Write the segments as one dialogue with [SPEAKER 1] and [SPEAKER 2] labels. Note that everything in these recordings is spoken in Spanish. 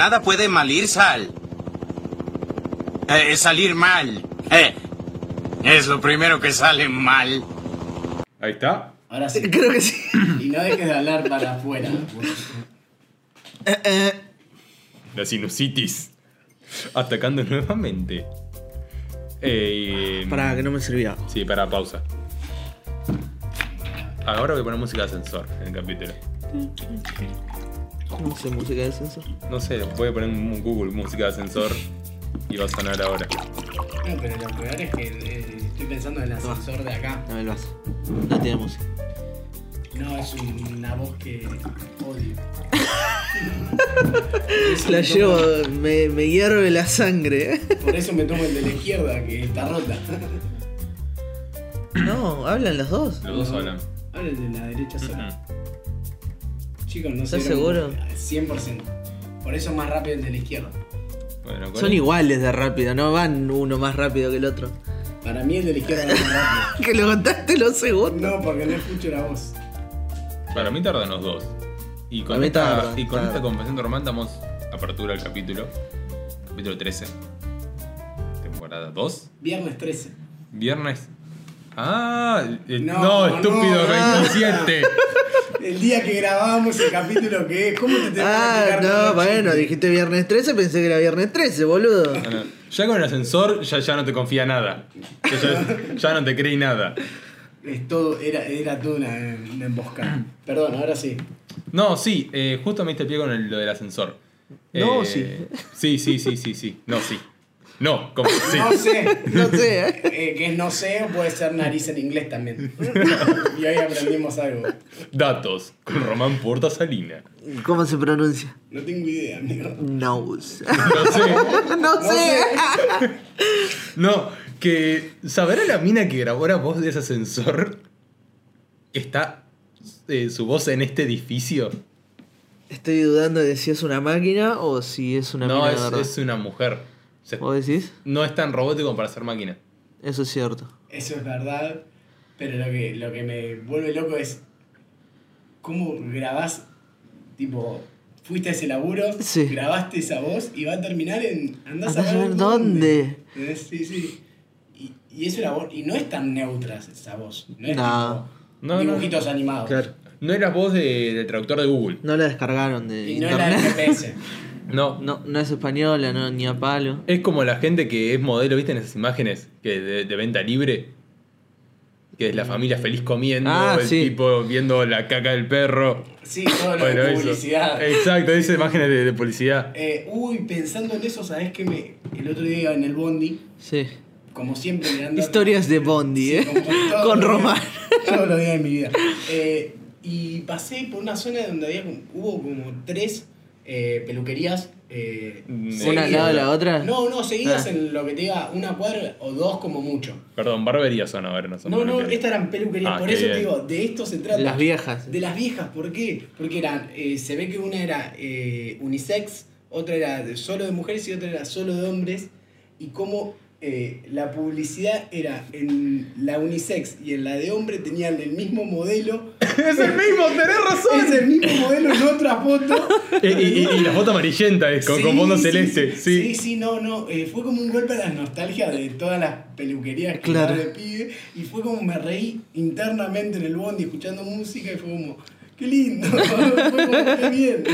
[SPEAKER 1] Nada puede malir sal. Eh, salir mal. Eh, es lo primero que sale mal.
[SPEAKER 2] Ahí está.
[SPEAKER 3] Ahora sí.
[SPEAKER 4] Creo que sí.
[SPEAKER 3] Y no dejes de hablar para afuera.
[SPEAKER 4] Eh, eh.
[SPEAKER 2] La sinusitis. Atacando nuevamente. Eh,
[SPEAKER 4] Pará, que no me servía.
[SPEAKER 2] Sí, para pausa. Ahora voy a poner música de ascensor en el capítulo.
[SPEAKER 4] No sé, música de ascensor.
[SPEAKER 2] No sé, voy a poner en Google música de ascensor y va a sonar ahora.
[SPEAKER 3] No, pero lo peor es que eh, estoy pensando en el ascensor de acá.
[SPEAKER 4] No me lo hace. No tiene música.
[SPEAKER 3] No, es una voz que odio.
[SPEAKER 4] La llevo, me, me hierve la sangre.
[SPEAKER 3] Por eso me tomo el de la izquierda, que está rota.
[SPEAKER 4] No, hablan los dos.
[SPEAKER 2] Los dos hablan.
[SPEAKER 3] Ahora el de la derecha
[SPEAKER 2] Mm.
[SPEAKER 3] sola. Chicos, no eh, sé.
[SPEAKER 4] ¿Estás seguro?
[SPEAKER 3] 100%. Por eso es más rápido el de la izquierda.
[SPEAKER 2] Bueno, con
[SPEAKER 4] Son
[SPEAKER 2] el-
[SPEAKER 4] iguales de rápido, no van uno más rápido que el otro.
[SPEAKER 3] Para mí el de la izquierda es más rápido.
[SPEAKER 4] Que lo contaste los segundos.
[SPEAKER 3] No, porque no escucho la voz.
[SPEAKER 2] Para mí tardan los dos. Y
[SPEAKER 4] Para
[SPEAKER 2] con,
[SPEAKER 4] mí
[SPEAKER 2] esta,
[SPEAKER 4] tarda,
[SPEAKER 2] y con
[SPEAKER 4] tarda.
[SPEAKER 2] esta confesión normal damos apertura al capítulo. Capítulo 13. Temporada 2.
[SPEAKER 3] Viernes 13.
[SPEAKER 2] Viernes. Ah, el-
[SPEAKER 3] No,
[SPEAKER 2] no,
[SPEAKER 3] no, Ah.
[SPEAKER 2] estúpido,
[SPEAKER 3] no.
[SPEAKER 2] 27.
[SPEAKER 3] El día que grabamos el capítulo que es. ¿Cómo te tenés que
[SPEAKER 4] Ah,
[SPEAKER 3] explicar todo
[SPEAKER 4] no,
[SPEAKER 3] el
[SPEAKER 4] bueno,
[SPEAKER 3] chiste?
[SPEAKER 4] dijiste viernes 13, pensé que era viernes 13, boludo.
[SPEAKER 2] Bueno, ya con el ascensor ya, ya no te confía nada. Ya, ya- ya no te creí nada.
[SPEAKER 3] Es todo, era, era toda una, una emboscada. Perdón, ahora sí.
[SPEAKER 2] No, sí, eh, justo me diste pie con el- lo del ascensor.
[SPEAKER 4] No,
[SPEAKER 2] Eh,
[SPEAKER 4] sí.
[SPEAKER 2] Sí, sí, sí, sí, sí. No, sí. No, como sí.
[SPEAKER 3] No sé.
[SPEAKER 4] No sé, ¿eh?
[SPEAKER 3] Eh, que es no sé, puede ser nariz en inglés también. y hoy aprendimos algo.
[SPEAKER 2] Datos con Román Porta Salina.
[SPEAKER 4] ¿Cómo se pronuncia?
[SPEAKER 3] No tengo idea, amigo.
[SPEAKER 4] Nose.
[SPEAKER 2] No sé.
[SPEAKER 4] No sé. ¿eh?
[SPEAKER 2] No, que saber a la mina que grabó la voz de ese ascensor está eh, su voz en este edificio.
[SPEAKER 4] Estoy dudando de si es una máquina o si es una
[SPEAKER 2] no,
[SPEAKER 4] mina
[SPEAKER 2] es,
[SPEAKER 4] de verdad.
[SPEAKER 2] es una mujer. O sea,
[SPEAKER 4] ¿Vos decís?
[SPEAKER 2] no es tan robótico para ser máquina.
[SPEAKER 4] Eso es cierto.
[SPEAKER 3] Eso es verdad. Pero lo que, lo que me vuelve loco es cómo grabás, tipo, fuiste a ese laburo,
[SPEAKER 4] Sí.
[SPEAKER 3] grabaste esa voz y va a terminar en... Andás,
[SPEAKER 4] Andá a saber dónde.
[SPEAKER 3] ¿Entendés? Sí, sí. Y, y es una voz, y no es tan neutra esa voz. No es
[SPEAKER 4] No.
[SPEAKER 3] tipo
[SPEAKER 2] No, no.
[SPEAKER 3] dibujitos animados.
[SPEAKER 2] No es la voz de- del traductor de Google.
[SPEAKER 4] No la descargaron de
[SPEAKER 3] Y no es la del
[SPEAKER 4] internet.
[SPEAKER 3] GPS.
[SPEAKER 2] No.
[SPEAKER 4] No, no es española, no, ni a palo.
[SPEAKER 2] Es como la gente que es modelo, ¿viste? En esas imágenes que de, de venta libre. Que es la familia feliz comiendo,
[SPEAKER 4] Ah,
[SPEAKER 2] el
[SPEAKER 4] sí.
[SPEAKER 2] tipo viendo la caca del perro.
[SPEAKER 3] Sí, todo lo de
[SPEAKER 2] eso.
[SPEAKER 3] publicidad.
[SPEAKER 2] Exacto, esas imágenes de, de publicidad.
[SPEAKER 3] Eh, uy, pensando en eso, ¿sabés que me, el otro día en el Bondi,
[SPEAKER 4] Sí.
[SPEAKER 3] como siempre mirando...
[SPEAKER 4] Historias de Bondi,
[SPEAKER 3] Sí,
[SPEAKER 4] ¿eh?
[SPEAKER 3] como todos los
[SPEAKER 4] Con
[SPEAKER 3] días-
[SPEAKER 4] Román.
[SPEAKER 3] Todos los días de mi vida. Eh, y pasé por una zona donde había como- hubo como tres eh, peluquerías. eh,
[SPEAKER 2] Una
[SPEAKER 3] seguidas.
[SPEAKER 2] al lado de
[SPEAKER 4] la otra?
[SPEAKER 3] No, no, seguidas
[SPEAKER 4] Ah.
[SPEAKER 3] en lo que te diga una cuadra o dos como mucho.
[SPEAKER 2] Perdón, barberías son ahora, no son
[SPEAKER 3] No, no,
[SPEAKER 2] peluquerías.
[SPEAKER 3] estas eran peluquerías.
[SPEAKER 2] Ah,
[SPEAKER 3] por
[SPEAKER 2] qué
[SPEAKER 3] eso te
[SPEAKER 2] bien.
[SPEAKER 3] digo, de esto se trata.
[SPEAKER 4] Las viejas.
[SPEAKER 3] De las viejas, ¿por qué? Porque eran, eh, se ve que una era eh, unisex, otra era de- solo de mujeres y otra era solo de hombres. Y como la publicidad era en la unisex y en la de hombre tenían el mismo modelo.
[SPEAKER 2] ¡Es el mismo! ¡Tenés razón! Eh,
[SPEAKER 3] Es el mismo modelo en otra foto.
[SPEAKER 2] Y, y- y- y la foto amarillenta es con, con fondo
[SPEAKER 3] Sí, sí,
[SPEAKER 2] celeste. Sí.
[SPEAKER 3] sí, sí, no, no. eh, fue como un golpe a la nostalgia de todas las peluquerías que
[SPEAKER 4] Claro.
[SPEAKER 3] yo le pide. Y fue como me reí internamente en el bondi escuchando música y fue como, qué lindo. fue como, qué bien.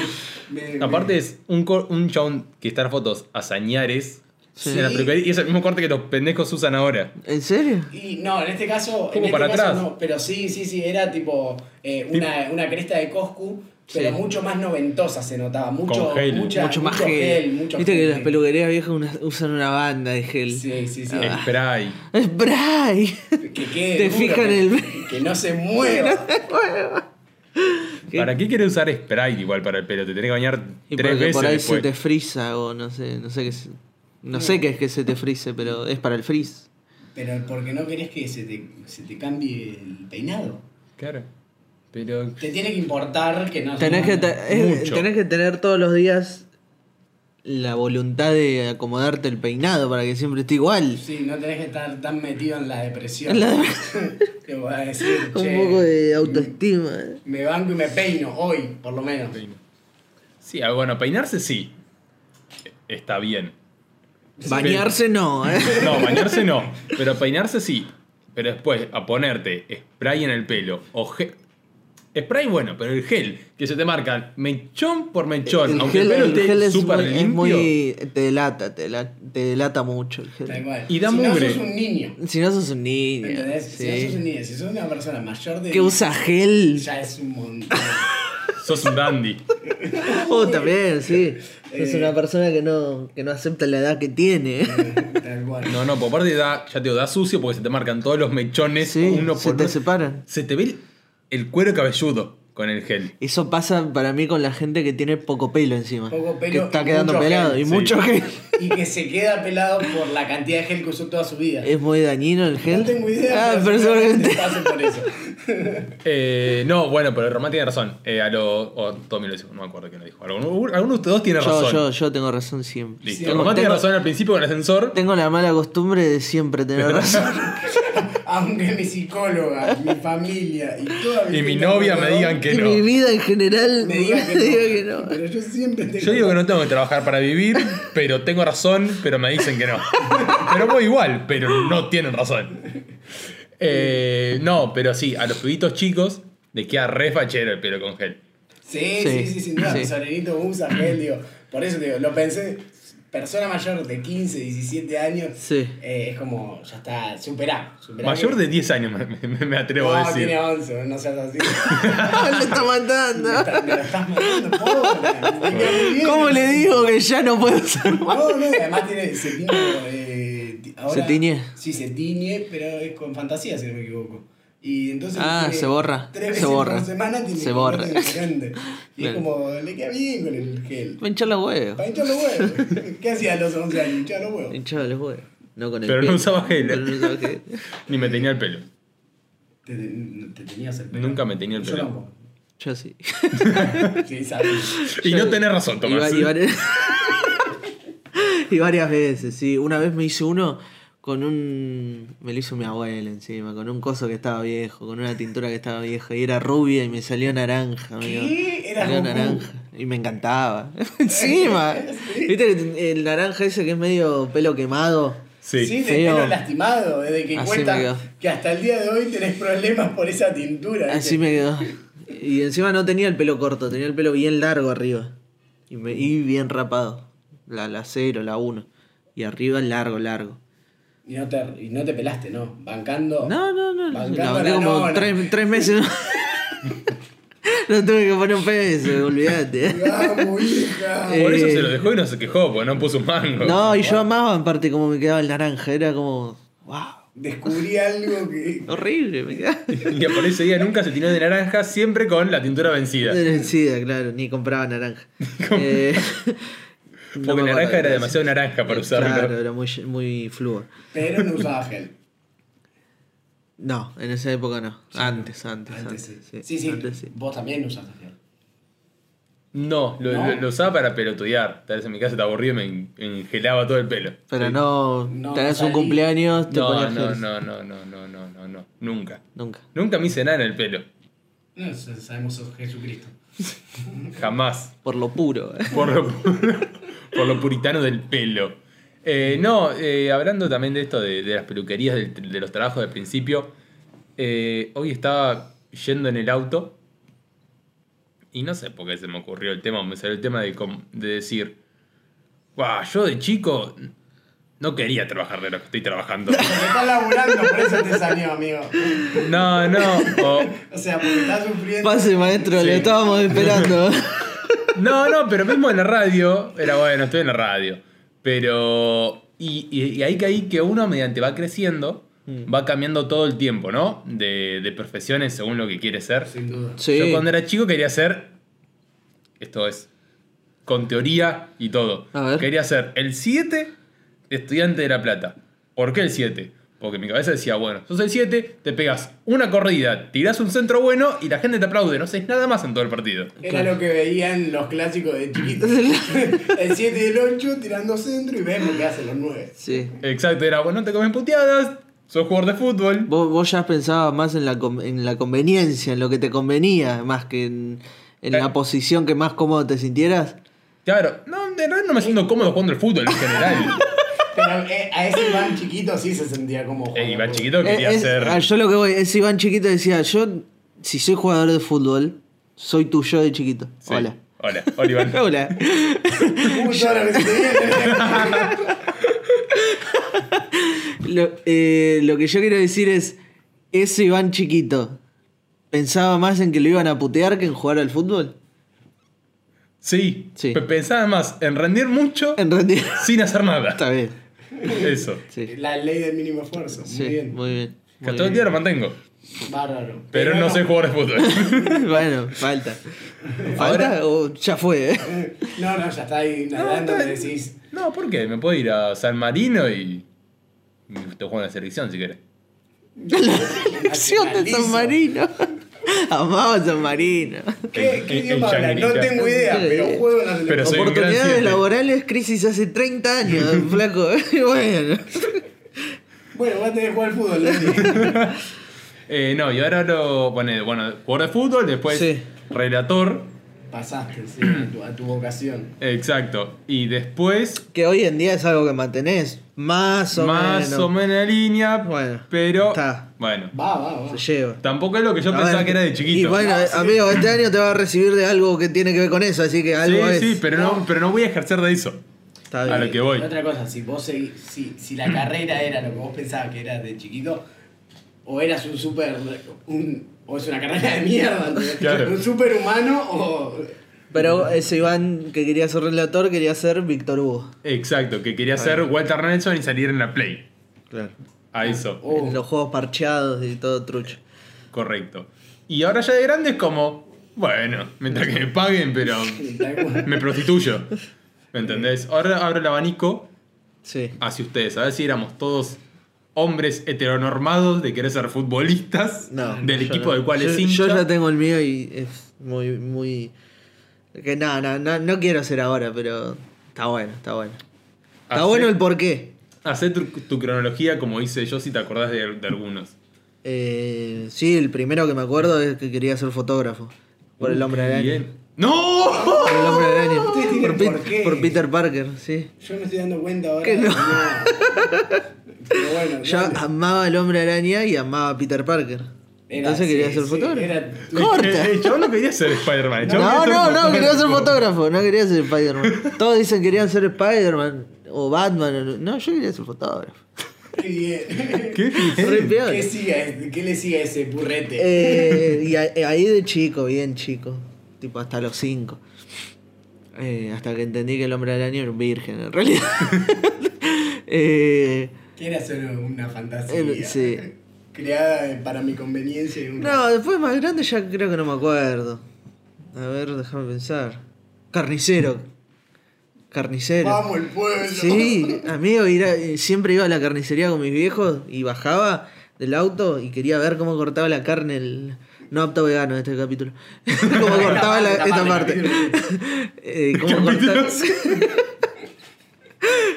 [SPEAKER 3] Me- me-
[SPEAKER 2] Aparte es un, cor- un chabón que está en fotos a Sañares.
[SPEAKER 4] Sí.
[SPEAKER 2] en la peluquería, Y es el mismo corte que los pendejos usan ahora.
[SPEAKER 4] ¿En serio?
[SPEAKER 3] Y no, en este caso. en
[SPEAKER 2] Como
[SPEAKER 3] este
[SPEAKER 2] para
[SPEAKER 3] caso
[SPEAKER 2] atrás.
[SPEAKER 3] no, pero sí, sí, sí, era tipo eh, una, una cresta de Coscu, pero
[SPEAKER 4] Sí.
[SPEAKER 3] mucho más noventosa se notaba. Mucho,
[SPEAKER 2] Con gel.
[SPEAKER 3] mucha-
[SPEAKER 4] mucho más
[SPEAKER 3] mucho
[SPEAKER 4] gel.
[SPEAKER 3] mucho
[SPEAKER 4] Viste que
[SPEAKER 3] gel.
[SPEAKER 4] las peluquerías viejas una- usan una banda de gel.
[SPEAKER 3] Sí, sí, sí.
[SPEAKER 4] Ah.
[SPEAKER 2] Spray.
[SPEAKER 4] ¡Spray!
[SPEAKER 3] Que quede
[SPEAKER 4] Te
[SPEAKER 3] duro,
[SPEAKER 4] fijan
[SPEAKER 3] que-
[SPEAKER 4] el-
[SPEAKER 3] Que no se mueva.
[SPEAKER 4] ¿Qué?
[SPEAKER 2] ¿Para qué quieres usar spray igual para el pelo? Te tenés que bañar
[SPEAKER 4] Y
[SPEAKER 2] tres
[SPEAKER 4] porque
[SPEAKER 2] veces
[SPEAKER 4] por ahí
[SPEAKER 2] después.
[SPEAKER 4] se te frisa o no sé, no sé qué es. No sé qué es que se te frise, pero es para el frizz.
[SPEAKER 3] Pero porque no querés que se te, se te cambie el peinado.
[SPEAKER 2] Claro. Pero.
[SPEAKER 3] Te tiene que importar que no
[SPEAKER 4] Tenés que, te- es-
[SPEAKER 2] Mucho.
[SPEAKER 4] tenés que tener todos los días la voluntad de acomodarte el peinado para que siempre esté igual.
[SPEAKER 3] Sí, no tenés que estar tan metido en la depresión.
[SPEAKER 4] En la-
[SPEAKER 3] Te voy a decir, che,
[SPEAKER 4] Un poco de autoestima. eh.
[SPEAKER 3] me banco y me peino hoy, por lo menos.
[SPEAKER 2] Sí, ah, bueno, peinarse sí. está bien.
[SPEAKER 4] Bañarse no, ¿eh?
[SPEAKER 2] No, bañarse no. Pero peinarse sí. Pero después, a ponerte spray en el pelo o gel. Spray bueno, pero el gel, que se te marcan menchón por menchón. aunque el pelo esté súper
[SPEAKER 4] muy,
[SPEAKER 2] limpio.
[SPEAKER 4] muy- Te delata, te delata, te delata mucho el gel.
[SPEAKER 3] Tal cual.
[SPEAKER 2] Y da
[SPEAKER 3] si
[SPEAKER 2] mugre.
[SPEAKER 3] no sos un niño.
[SPEAKER 4] Si no sos un niño.
[SPEAKER 3] ¿Entendés? Si
[SPEAKER 4] sí.
[SPEAKER 3] no sos un niño, si sos una persona mayor de.
[SPEAKER 4] que usa gel.
[SPEAKER 3] Ya es un montón.
[SPEAKER 2] Sos un dandy.
[SPEAKER 4] Oh, también, sí. Es
[SPEAKER 3] Eh.
[SPEAKER 4] una persona que no, que no acepta la edad que tiene.
[SPEAKER 3] Tal cual.
[SPEAKER 2] No, no, por parte da, ya te digo, da sucio porque se te marcan todos los mechones
[SPEAKER 4] Sí,
[SPEAKER 2] uno
[SPEAKER 4] se
[SPEAKER 2] por
[SPEAKER 4] te
[SPEAKER 2] uno.
[SPEAKER 4] separan.
[SPEAKER 2] Se te ve el, el cuero cabelludo con el gel.
[SPEAKER 4] Eso pasa para mí con la gente que tiene poco pelo encima.
[SPEAKER 3] Poco pelo
[SPEAKER 4] que
[SPEAKER 3] y
[SPEAKER 4] está quedando
[SPEAKER 3] mucho
[SPEAKER 4] pelado.
[SPEAKER 3] gel,
[SPEAKER 4] y
[SPEAKER 2] sí.
[SPEAKER 4] mucho gel.
[SPEAKER 3] Y que se queda pelado por la cantidad de gel que usó toda su vida.
[SPEAKER 4] Es muy dañino el gel.
[SPEAKER 3] No tengo idea.
[SPEAKER 4] Ah, pero seguramente.
[SPEAKER 3] pase por eso.
[SPEAKER 2] Eh, no, bueno, pero Román tiene razón. Eh, a lo. O Tommy lo dijo, no me acuerdo quién lo dijo. Alguno, alguno de ustedes dos tiene
[SPEAKER 4] Yo,
[SPEAKER 2] razón.
[SPEAKER 4] yo, yo tengo razón siempre.
[SPEAKER 2] Listo.
[SPEAKER 3] Tengo-
[SPEAKER 2] Román tiene
[SPEAKER 4] tengo-
[SPEAKER 2] razón al principio con el ascensor.
[SPEAKER 4] Tengo la mala costumbre de siempre tener razón.
[SPEAKER 3] Aunque mi psicóloga, mi familia y toda
[SPEAKER 2] Y mi
[SPEAKER 3] vida
[SPEAKER 2] novia me
[SPEAKER 3] alrededor
[SPEAKER 2] digan que
[SPEAKER 4] y
[SPEAKER 2] no.
[SPEAKER 4] mi vida en general
[SPEAKER 3] me diga que no.
[SPEAKER 4] diga que no.
[SPEAKER 3] Pero yo siempre tengo.
[SPEAKER 2] Yo digo que no tengo que trabajar para vivir, pero tengo razón, pero me dicen que no. Pero voy igual, pero no tienen razón. Eh, no, pero sí, a los pibitos chicos les queda re fachero el pelo con gel.
[SPEAKER 3] Sí, sí,
[SPEAKER 4] Sí,
[SPEAKER 3] sí, sin duda.
[SPEAKER 4] sí.
[SPEAKER 3] Mi sobrinito usa gel, digo. Por eso te digo, lo pensé. Persona mayor de 15, 17 años.
[SPEAKER 4] Sí.
[SPEAKER 3] eh, es como, ya está, superá. superá
[SPEAKER 2] Mayor
[SPEAKER 3] que-
[SPEAKER 2] de 10 años me, me- me atrevo
[SPEAKER 3] No,
[SPEAKER 2] a decir.
[SPEAKER 3] tiene 11, no seas así.
[SPEAKER 4] Lo está matando.
[SPEAKER 3] Me está- me lo estás matando, pobre. Me queda muy bien.
[SPEAKER 4] ¿Cómo le digo que ya no puedo ser más?
[SPEAKER 3] No, no, y además tiene, se tiñe. eh, ti- ahora-
[SPEAKER 4] ¿Se tiñe?
[SPEAKER 3] Sí, se tiñe, pero es con fantasía, si no me equivoco. Y entonces.
[SPEAKER 4] Ah,
[SPEAKER 3] tiene
[SPEAKER 4] se borra,
[SPEAKER 3] Tres
[SPEAKER 4] se
[SPEAKER 3] veces por
[SPEAKER 4] borra,
[SPEAKER 3] semana tiene
[SPEAKER 4] se
[SPEAKER 3] que
[SPEAKER 4] borra.
[SPEAKER 3] ponerse diferente. Y es
[SPEAKER 4] Claro.
[SPEAKER 3] como, le queda bien con el gel.
[SPEAKER 4] Me hinchó los huevos.
[SPEAKER 3] Para hinchar los huevos. ¿Qué hacía a los 11 años? Hinchar los
[SPEAKER 4] Me
[SPEAKER 3] huevos.
[SPEAKER 4] hinchaba los huevos. No con el
[SPEAKER 2] Pero no
[SPEAKER 4] pie.
[SPEAKER 2] usaba gel.
[SPEAKER 4] Pero no usaba gel.
[SPEAKER 2] Ni me tenía el pelo.
[SPEAKER 3] Te, te tenías el pelo.
[SPEAKER 2] Nunca me tenía el
[SPEAKER 3] Yo
[SPEAKER 2] pelo.
[SPEAKER 3] tampoco.
[SPEAKER 4] Yo sí.
[SPEAKER 3] Sí, sabes.
[SPEAKER 2] Y
[SPEAKER 4] Yo-
[SPEAKER 2] no tenés razón,
[SPEAKER 4] Y, va-
[SPEAKER 2] Tomás.
[SPEAKER 4] y varias... y varias veces, sí. Una vez me hice uno con un. Me lo hizo mi abuela encima, con un coso que estaba viejo, con una tintura que estaba vieja. Y era rubia y me salió naranja,
[SPEAKER 3] ¿Qué?
[SPEAKER 4] amigo.
[SPEAKER 3] Era
[SPEAKER 4] Salió
[SPEAKER 3] Goku.
[SPEAKER 4] naranja. Y me encantaba. encima. ¿Viste que el naranja ese que es medio pelo quemado?
[SPEAKER 2] Sí.
[SPEAKER 3] Sí, de
[SPEAKER 4] Feo.
[SPEAKER 3] pelo lastimado, desde que
[SPEAKER 4] Así me
[SPEAKER 3] cuenta
[SPEAKER 4] quedó.
[SPEAKER 3] que hasta el día de hoy tenés problemas por esa tintura. ¿viste?
[SPEAKER 4] Así me quedó. Y encima no tenía el pelo corto, tenía el pelo bien largo arriba. Y, me- y bien rapado. La, la cero, la uno. Y arriba largo, largo.
[SPEAKER 3] Y no, te, y no te pelaste, ¿no? Bancando.
[SPEAKER 4] No, no, no. La
[SPEAKER 3] Bancando
[SPEAKER 4] banqué
[SPEAKER 3] la
[SPEAKER 4] como
[SPEAKER 3] nona.
[SPEAKER 4] tres, tres meses. No, tuve que poner un peso, olvídate.
[SPEAKER 3] Vamos, hija.
[SPEAKER 4] Eh,
[SPEAKER 2] Ah, Por eso se lo dejó y no se quejó, porque no puso un mango.
[SPEAKER 4] No, y yo amaba en parte cómo me quedaba el naranja. Era como. ¡Wow!
[SPEAKER 3] Descubrí algo que.
[SPEAKER 4] Horrible, me quedaba.
[SPEAKER 2] Y por ese día nunca se tiró de naranja, siempre con la tintura vencida.
[SPEAKER 4] Era el SIDA, claro, ni compraba naranja. Eh, no
[SPEAKER 2] Porque
[SPEAKER 4] me acuerdo,
[SPEAKER 2] naranja era
[SPEAKER 4] gracias.
[SPEAKER 2] demasiado naranja para usarlo.
[SPEAKER 4] Claro, era muy, muy flúor.
[SPEAKER 3] Pero no usaba gel.
[SPEAKER 4] No, en esa época no. Antes, antes,
[SPEAKER 3] Antes sí.
[SPEAKER 4] antes,
[SPEAKER 3] Sí, sí.
[SPEAKER 4] antes sí.
[SPEAKER 3] Vos también no usaste gel.
[SPEAKER 2] No, lo,
[SPEAKER 3] ¿No?
[SPEAKER 2] lo- lo usaba para pelotudear. Tal vez en mi casa estaba aburrido y me en- engelaba todo el pelo.
[SPEAKER 4] Pero no,
[SPEAKER 3] No,
[SPEAKER 4] tenés
[SPEAKER 3] salí.
[SPEAKER 4] un cumpleaños, te
[SPEAKER 2] No,
[SPEAKER 4] pones
[SPEAKER 2] no,
[SPEAKER 4] gel.
[SPEAKER 2] no, no, no, no, no, no, no. Nunca.
[SPEAKER 4] Nunca.
[SPEAKER 2] Nunca me hice nada en el pelo.
[SPEAKER 3] No, sa- sabemos sos Jesucristo.
[SPEAKER 2] Jamás.
[SPEAKER 4] Por lo puro. eh.
[SPEAKER 2] Por lo, por lo puritano del pelo. Eh, no, eh, hablando también de esto, de, de las peluquerías, del- de, los trabajos del principio. eh, hoy estaba yendo en el auto. Y no sé por qué se me ocurrió el tema, me salió el tema de, com- de decir. Guau, yo de chico no quería trabajar de lo que estoy trabajando.
[SPEAKER 3] Porque estás laburando, por eso te salió, amigo.
[SPEAKER 2] No, no. o-
[SPEAKER 3] O sea, porque estás sufriendo.
[SPEAKER 4] Pase, maestro,
[SPEAKER 2] Sí.
[SPEAKER 4] lo estábamos esperando.
[SPEAKER 2] No, no, pero mismo en la radio, era bueno, estoy en la radio. Pero. Y, y- y ahí caí que uno, mediante va creciendo,
[SPEAKER 4] Mm.
[SPEAKER 2] va cambiando todo el tiempo, ¿no? De, de profesiones según lo que quiere ser.
[SPEAKER 3] Sin duda.
[SPEAKER 4] Sí.
[SPEAKER 2] Yo cuando era chico quería ser. Esto es. Con teoría y todo.
[SPEAKER 4] A ver.
[SPEAKER 2] Quería ser el 7 estudiante de La Plata. ¿Por qué el 7? Porque mi cabeza decía, bueno, sos el 7, te pegas una corrida, tirás un centro bueno y la gente te aplaude. No haces nada más en todo el partido.
[SPEAKER 3] Era lo que veían los clásicos de chiquitos. el 7 y el 8 tirando centro y vemos qué hacen los 9.
[SPEAKER 4] Sí.
[SPEAKER 2] Exacto, era bueno, te comen puteadas, sos jugador de fútbol.
[SPEAKER 4] Vos, vos ya pensabas más en la, com- en la conveniencia, en lo que te convenía, más que en, en
[SPEAKER 2] Eh.
[SPEAKER 4] la posición que más cómodo te sintieras.
[SPEAKER 2] Claro, no, en realidad no me siento cómodo jugando al fútbol en general.
[SPEAKER 3] Pero eh, a ese Iván chiquito sí se sentía
[SPEAKER 2] Eh,
[SPEAKER 3] como. jugando
[SPEAKER 2] Iván
[SPEAKER 3] al
[SPEAKER 2] chiquito quería
[SPEAKER 4] Eh, es-
[SPEAKER 2] ser.
[SPEAKER 4] ah, yo lo que voy, ese Iván chiquito decía, yo, si soy jugador de fútbol, soy tu yo de chiquito.
[SPEAKER 2] Sí.
[SPEAKER 4] Hola.
[SPEAKER 2] Hola, hola Iván.
[SPEAKER 4] Hola.
[SPEAKER 3] fútbol. Uy, todo lo que se te viene.
[SPEAKER 4] Lo, eh, lo que yo quiero decir es, ese Iván chiquito, ¿pensaba más en que lo iban a putear que en jugar al fútbol?
[SPEAKER 2] Sí.
[SPEAKER 4] Sí.
[SPEAKER 2] Pe- Pensaba más en rendir mucho
[SPEAKER 4] En realidad,
[SPEAKER 2] sin hacer nada.
[SPEAKER 4] está bien.
[SPEAKER 2] Eso.
[SPEAKER 4] Sí,
[SPEAKER 3] La ley del mínimo esfuerzo.
[SPEAKER 4] sí,
[SPEAKER 3] muy bien.
[SPEAKER 4] muy bien.
[SPEAKER 2] Que
[SPEAKER 4] muy
[SPEAKER 2] todo el día
[SPEAKER 4] bien.
[SPEAKER 2] lo mantengo.
[SPEAKER 3] Bárbaro.
[SPEAKER 2] Pero, no, soy jugador de fútbol.
[SPEAKER 4] bueno, falta. ¿Falta o ya fue? eh?
[SPEAKER 3] No, no, ya está ahí nadando,
[SPEAKER 2] está
[SPEAKER 3] me
[SPEAKER 2] bien.
[SPEAKER 3] decís.
[SPEAKER 2] No, ¿por qué? Me puedo ir a San Marino y. y Te juego en la selección si quieres.
[SPEAKER 4] Acción de San Marino. Amaba San Marino.
[SPEAKER 3] ¿Qué,
[SPEAKER 2] En-
[SPEAKER 3] qué
[SPEAKER 2] en-
[SPEAKER 3] idioma
[SPEAKER 2] en
[SPEAKER 3] habla? No
[SPEAKER 2] Shangri-La.
[SPEAKER 3] tengo idea, pero juego en la
[SPEAKER 2] Pero soy un gran
[SPEAKER 4] Oportunidades
[SPEAKER 2] siete.
[SPEAKER 4] laborales, crisis hace 30 años, flaco. bueno.
[SPEAKER 3] Bueno, vas a tener que jugar al fútbol, Lali.
[SPEAKER 2] Eh, no, y ahora lo. Bueno, bueno, jugador de fútbol, después
[SPEAKER 4] Sí.
[SPEAKER 2] relator.
[SPEAKER 3] Pasaste, sí, a tu, a tu vocación.
[SPEAKER 2] Exacto. Y después,
[SPEAKER 4] Que hoy en día es algo que mantenés. Más o
[SPEAKER 2] más
[SPEAKER 4] menos.
[SPEAKER 2] o menos en línea.
[SPEAKER 4] Bueno,
[SPEAKER 2] pero.
[SPEAKER 4] está.
[SPEAKER 2] Bueno.
[SPEAKER 3] Va, va, va.
[SPEAKER 4] Se lleva.
[SPEAKER 2] Tampoco es lo que yo
[SPEAKER 4] A
[SPEAKER 2] pensaba
[SPEAKER 4] ver,
[SPEAKER 2] que era de
[SPEAKER 4] Y
[SPEAKER 2] chiquito.
[SPEAKER 4] bueno,
[SPEAKER 3] Ah,
[SPEAKER 4] eh,
[SPEAKER 3] sí.
[SPEAKER 4] amigo, este año te va a recibir de algo que tiene que ver con eso, así que
[SPEAKER 2] sí,
[SPEAKER 4] algo es.
[SPEAKER 2] sí, pero no, pero no voy a ejercer de eso.
[SPEAKER 4] Está
[SPEAKER 2] a
[SPEAKER 4] bien.
[SPEAKER 2] lo que voy.
[SPEAKER 3] Otra cosa, si vos seguís- si, si la carrera era lo que vos pensabas que eras de chiquito, o eras un super. Un, o es una carrera de mierda, ¿entendés?
[SPEAKER 2] Claro.
[SPEAKER 3] un superhumano o.
[SPEAKER 4] Pero ese Iván que quería ser relator quería ser Víctor Hugo.
[SPEAKER 2] Exacto, que quería ser Walter Nelson y salir en la Play.
[SPEAKER 4] Claro. Ah.
[SPEAKER 2] A eso.
[SPEAKER 3] o-
[SPEAKER 4] los juegos parcheados y todo trucho.
[SPEAKER 2] Correcto. Y ahora ya de grande es como, bueno, mientras que me paguen, pero
[SPEAKER 3] tal cual.
[SPEAKER 2] me prostituyo. ¿Me entendés? Ahora abro el abanico
[SPEAKER 4] Sí.
[SPEAKER 2] hacia ustedes. A ver si éramos todos hombres heteronormados de querer ser futbolistas
[SPEAKER 4] No,
[SPEAKER 2] del
[SPEAKER 4] yo
[SPEAKER 2] equipo
[SPEAKER 4] no.
[SPEAKER 2] del cual
[SPEAKER 4] yo,
[SPEAKER 2] es hincha.
[SPEAKER 4] Yo ya tengo el mío y es muy, muy. Que nada, no, no, no quiero hacer ahora, pero está bueno, está bueno. Está
[SPEAKER 2] Hacer-
[SPEAKER 4] bueno el porqué.
[SPEAKER 2] Hacé tu, tu cronología como hice yo si te acordás de, de algunos.
[SPEAKER 4] Eh, sí, el primero que me acuerdo es que quería ser fotógrafo. Por el hombre araña.
[SPEAKER 2] Uh, Bien. ¡No!
[SPEAKER 4] Por el hombre araña.
[SPEAKER 3] Ustedes tienen
[SPEAKER 4] Por, Pit-
[SPEAKER 3] porqué.
[SPEAKER 4] por Peter Parker, sí.
[SPEAKER 3] Yo me estoy dando cuenta ahora.
[SPEAKER 4] Que no.
[SPEAKER 3] Pero bueno,
[SPEAKER 4] Yo
[SPEAKER 3] dale.
[SPEAKER 4] amaba al hombre araña y amaba a Peter Parker.
[SPEAKER 3] Era-
[SPEAKER 4] Entonces quería
[SPEAKER 3] sí,
[SPEAKER 4] ser
[SPEAKER 3] sí,
[SPEAKER 4] fotógrafo.
[SPEAKER 3] era-
[SPEAKER 4] ¡Corta!
[SPEAKER 2] El chabón no quería ser Spider-Man. el chabón
[SPEAKER 4] No,
[SPEAKER 2] quería
[SPEAKER 4] no,
[SPEAKER 2] ser
[SPEAKER 4] no, quería ser
[SPEAKER 2] fotógrafo.
[SPEAKER 4] fotógrafo, no quería ser Spider-Man. Todos dicen que querían ser Spider-Man o Batman. o- No, yo quería ser fotógrafo.
[SPEAKER 3] Qué bien.
[SPEAKER 2] ¿Qué?
[SPEAKER 4] Re peor.
[SPEAKER 3] ¿Qué, siga este- qué le sigue a ese burrete?
[SPEAKER 4] Eh, y a- eh, ahí de chico, bien chico. Tipo hasta los 5. hasta que entendí que el hombre araña era un virgen, en realidad. Eh,
[SPEAKER 3] Quiere hacer una fantasía.
[SPEAKER 4] Eh, sí.
[SPEAKER 3] Creada para mi conveniencia y una.
[SPEAKER 4] no, después más grande ya creo que no me acuerdo. A ver, déjame pensar. Carnicero. Carnicero.
[SPEAKER 3] Vamos el pueblo.
[SPEAKER 4] Sí, amigo, ir a- eh, siempre iba a la carnicería con mis viejos y bajaba del auto y quería ver cómo cortaba la carne el no apto vegano de este capítulo. cómo cortaba la-
[SPEAKER 3] Esta
[SPEAKER 4] esta
[SPEAKER 3] parte,
[SPEAKER 4] parte. Eh, cómo,
[SPEAKER 2] Capítulo
[SPEAKER 4] cortaba,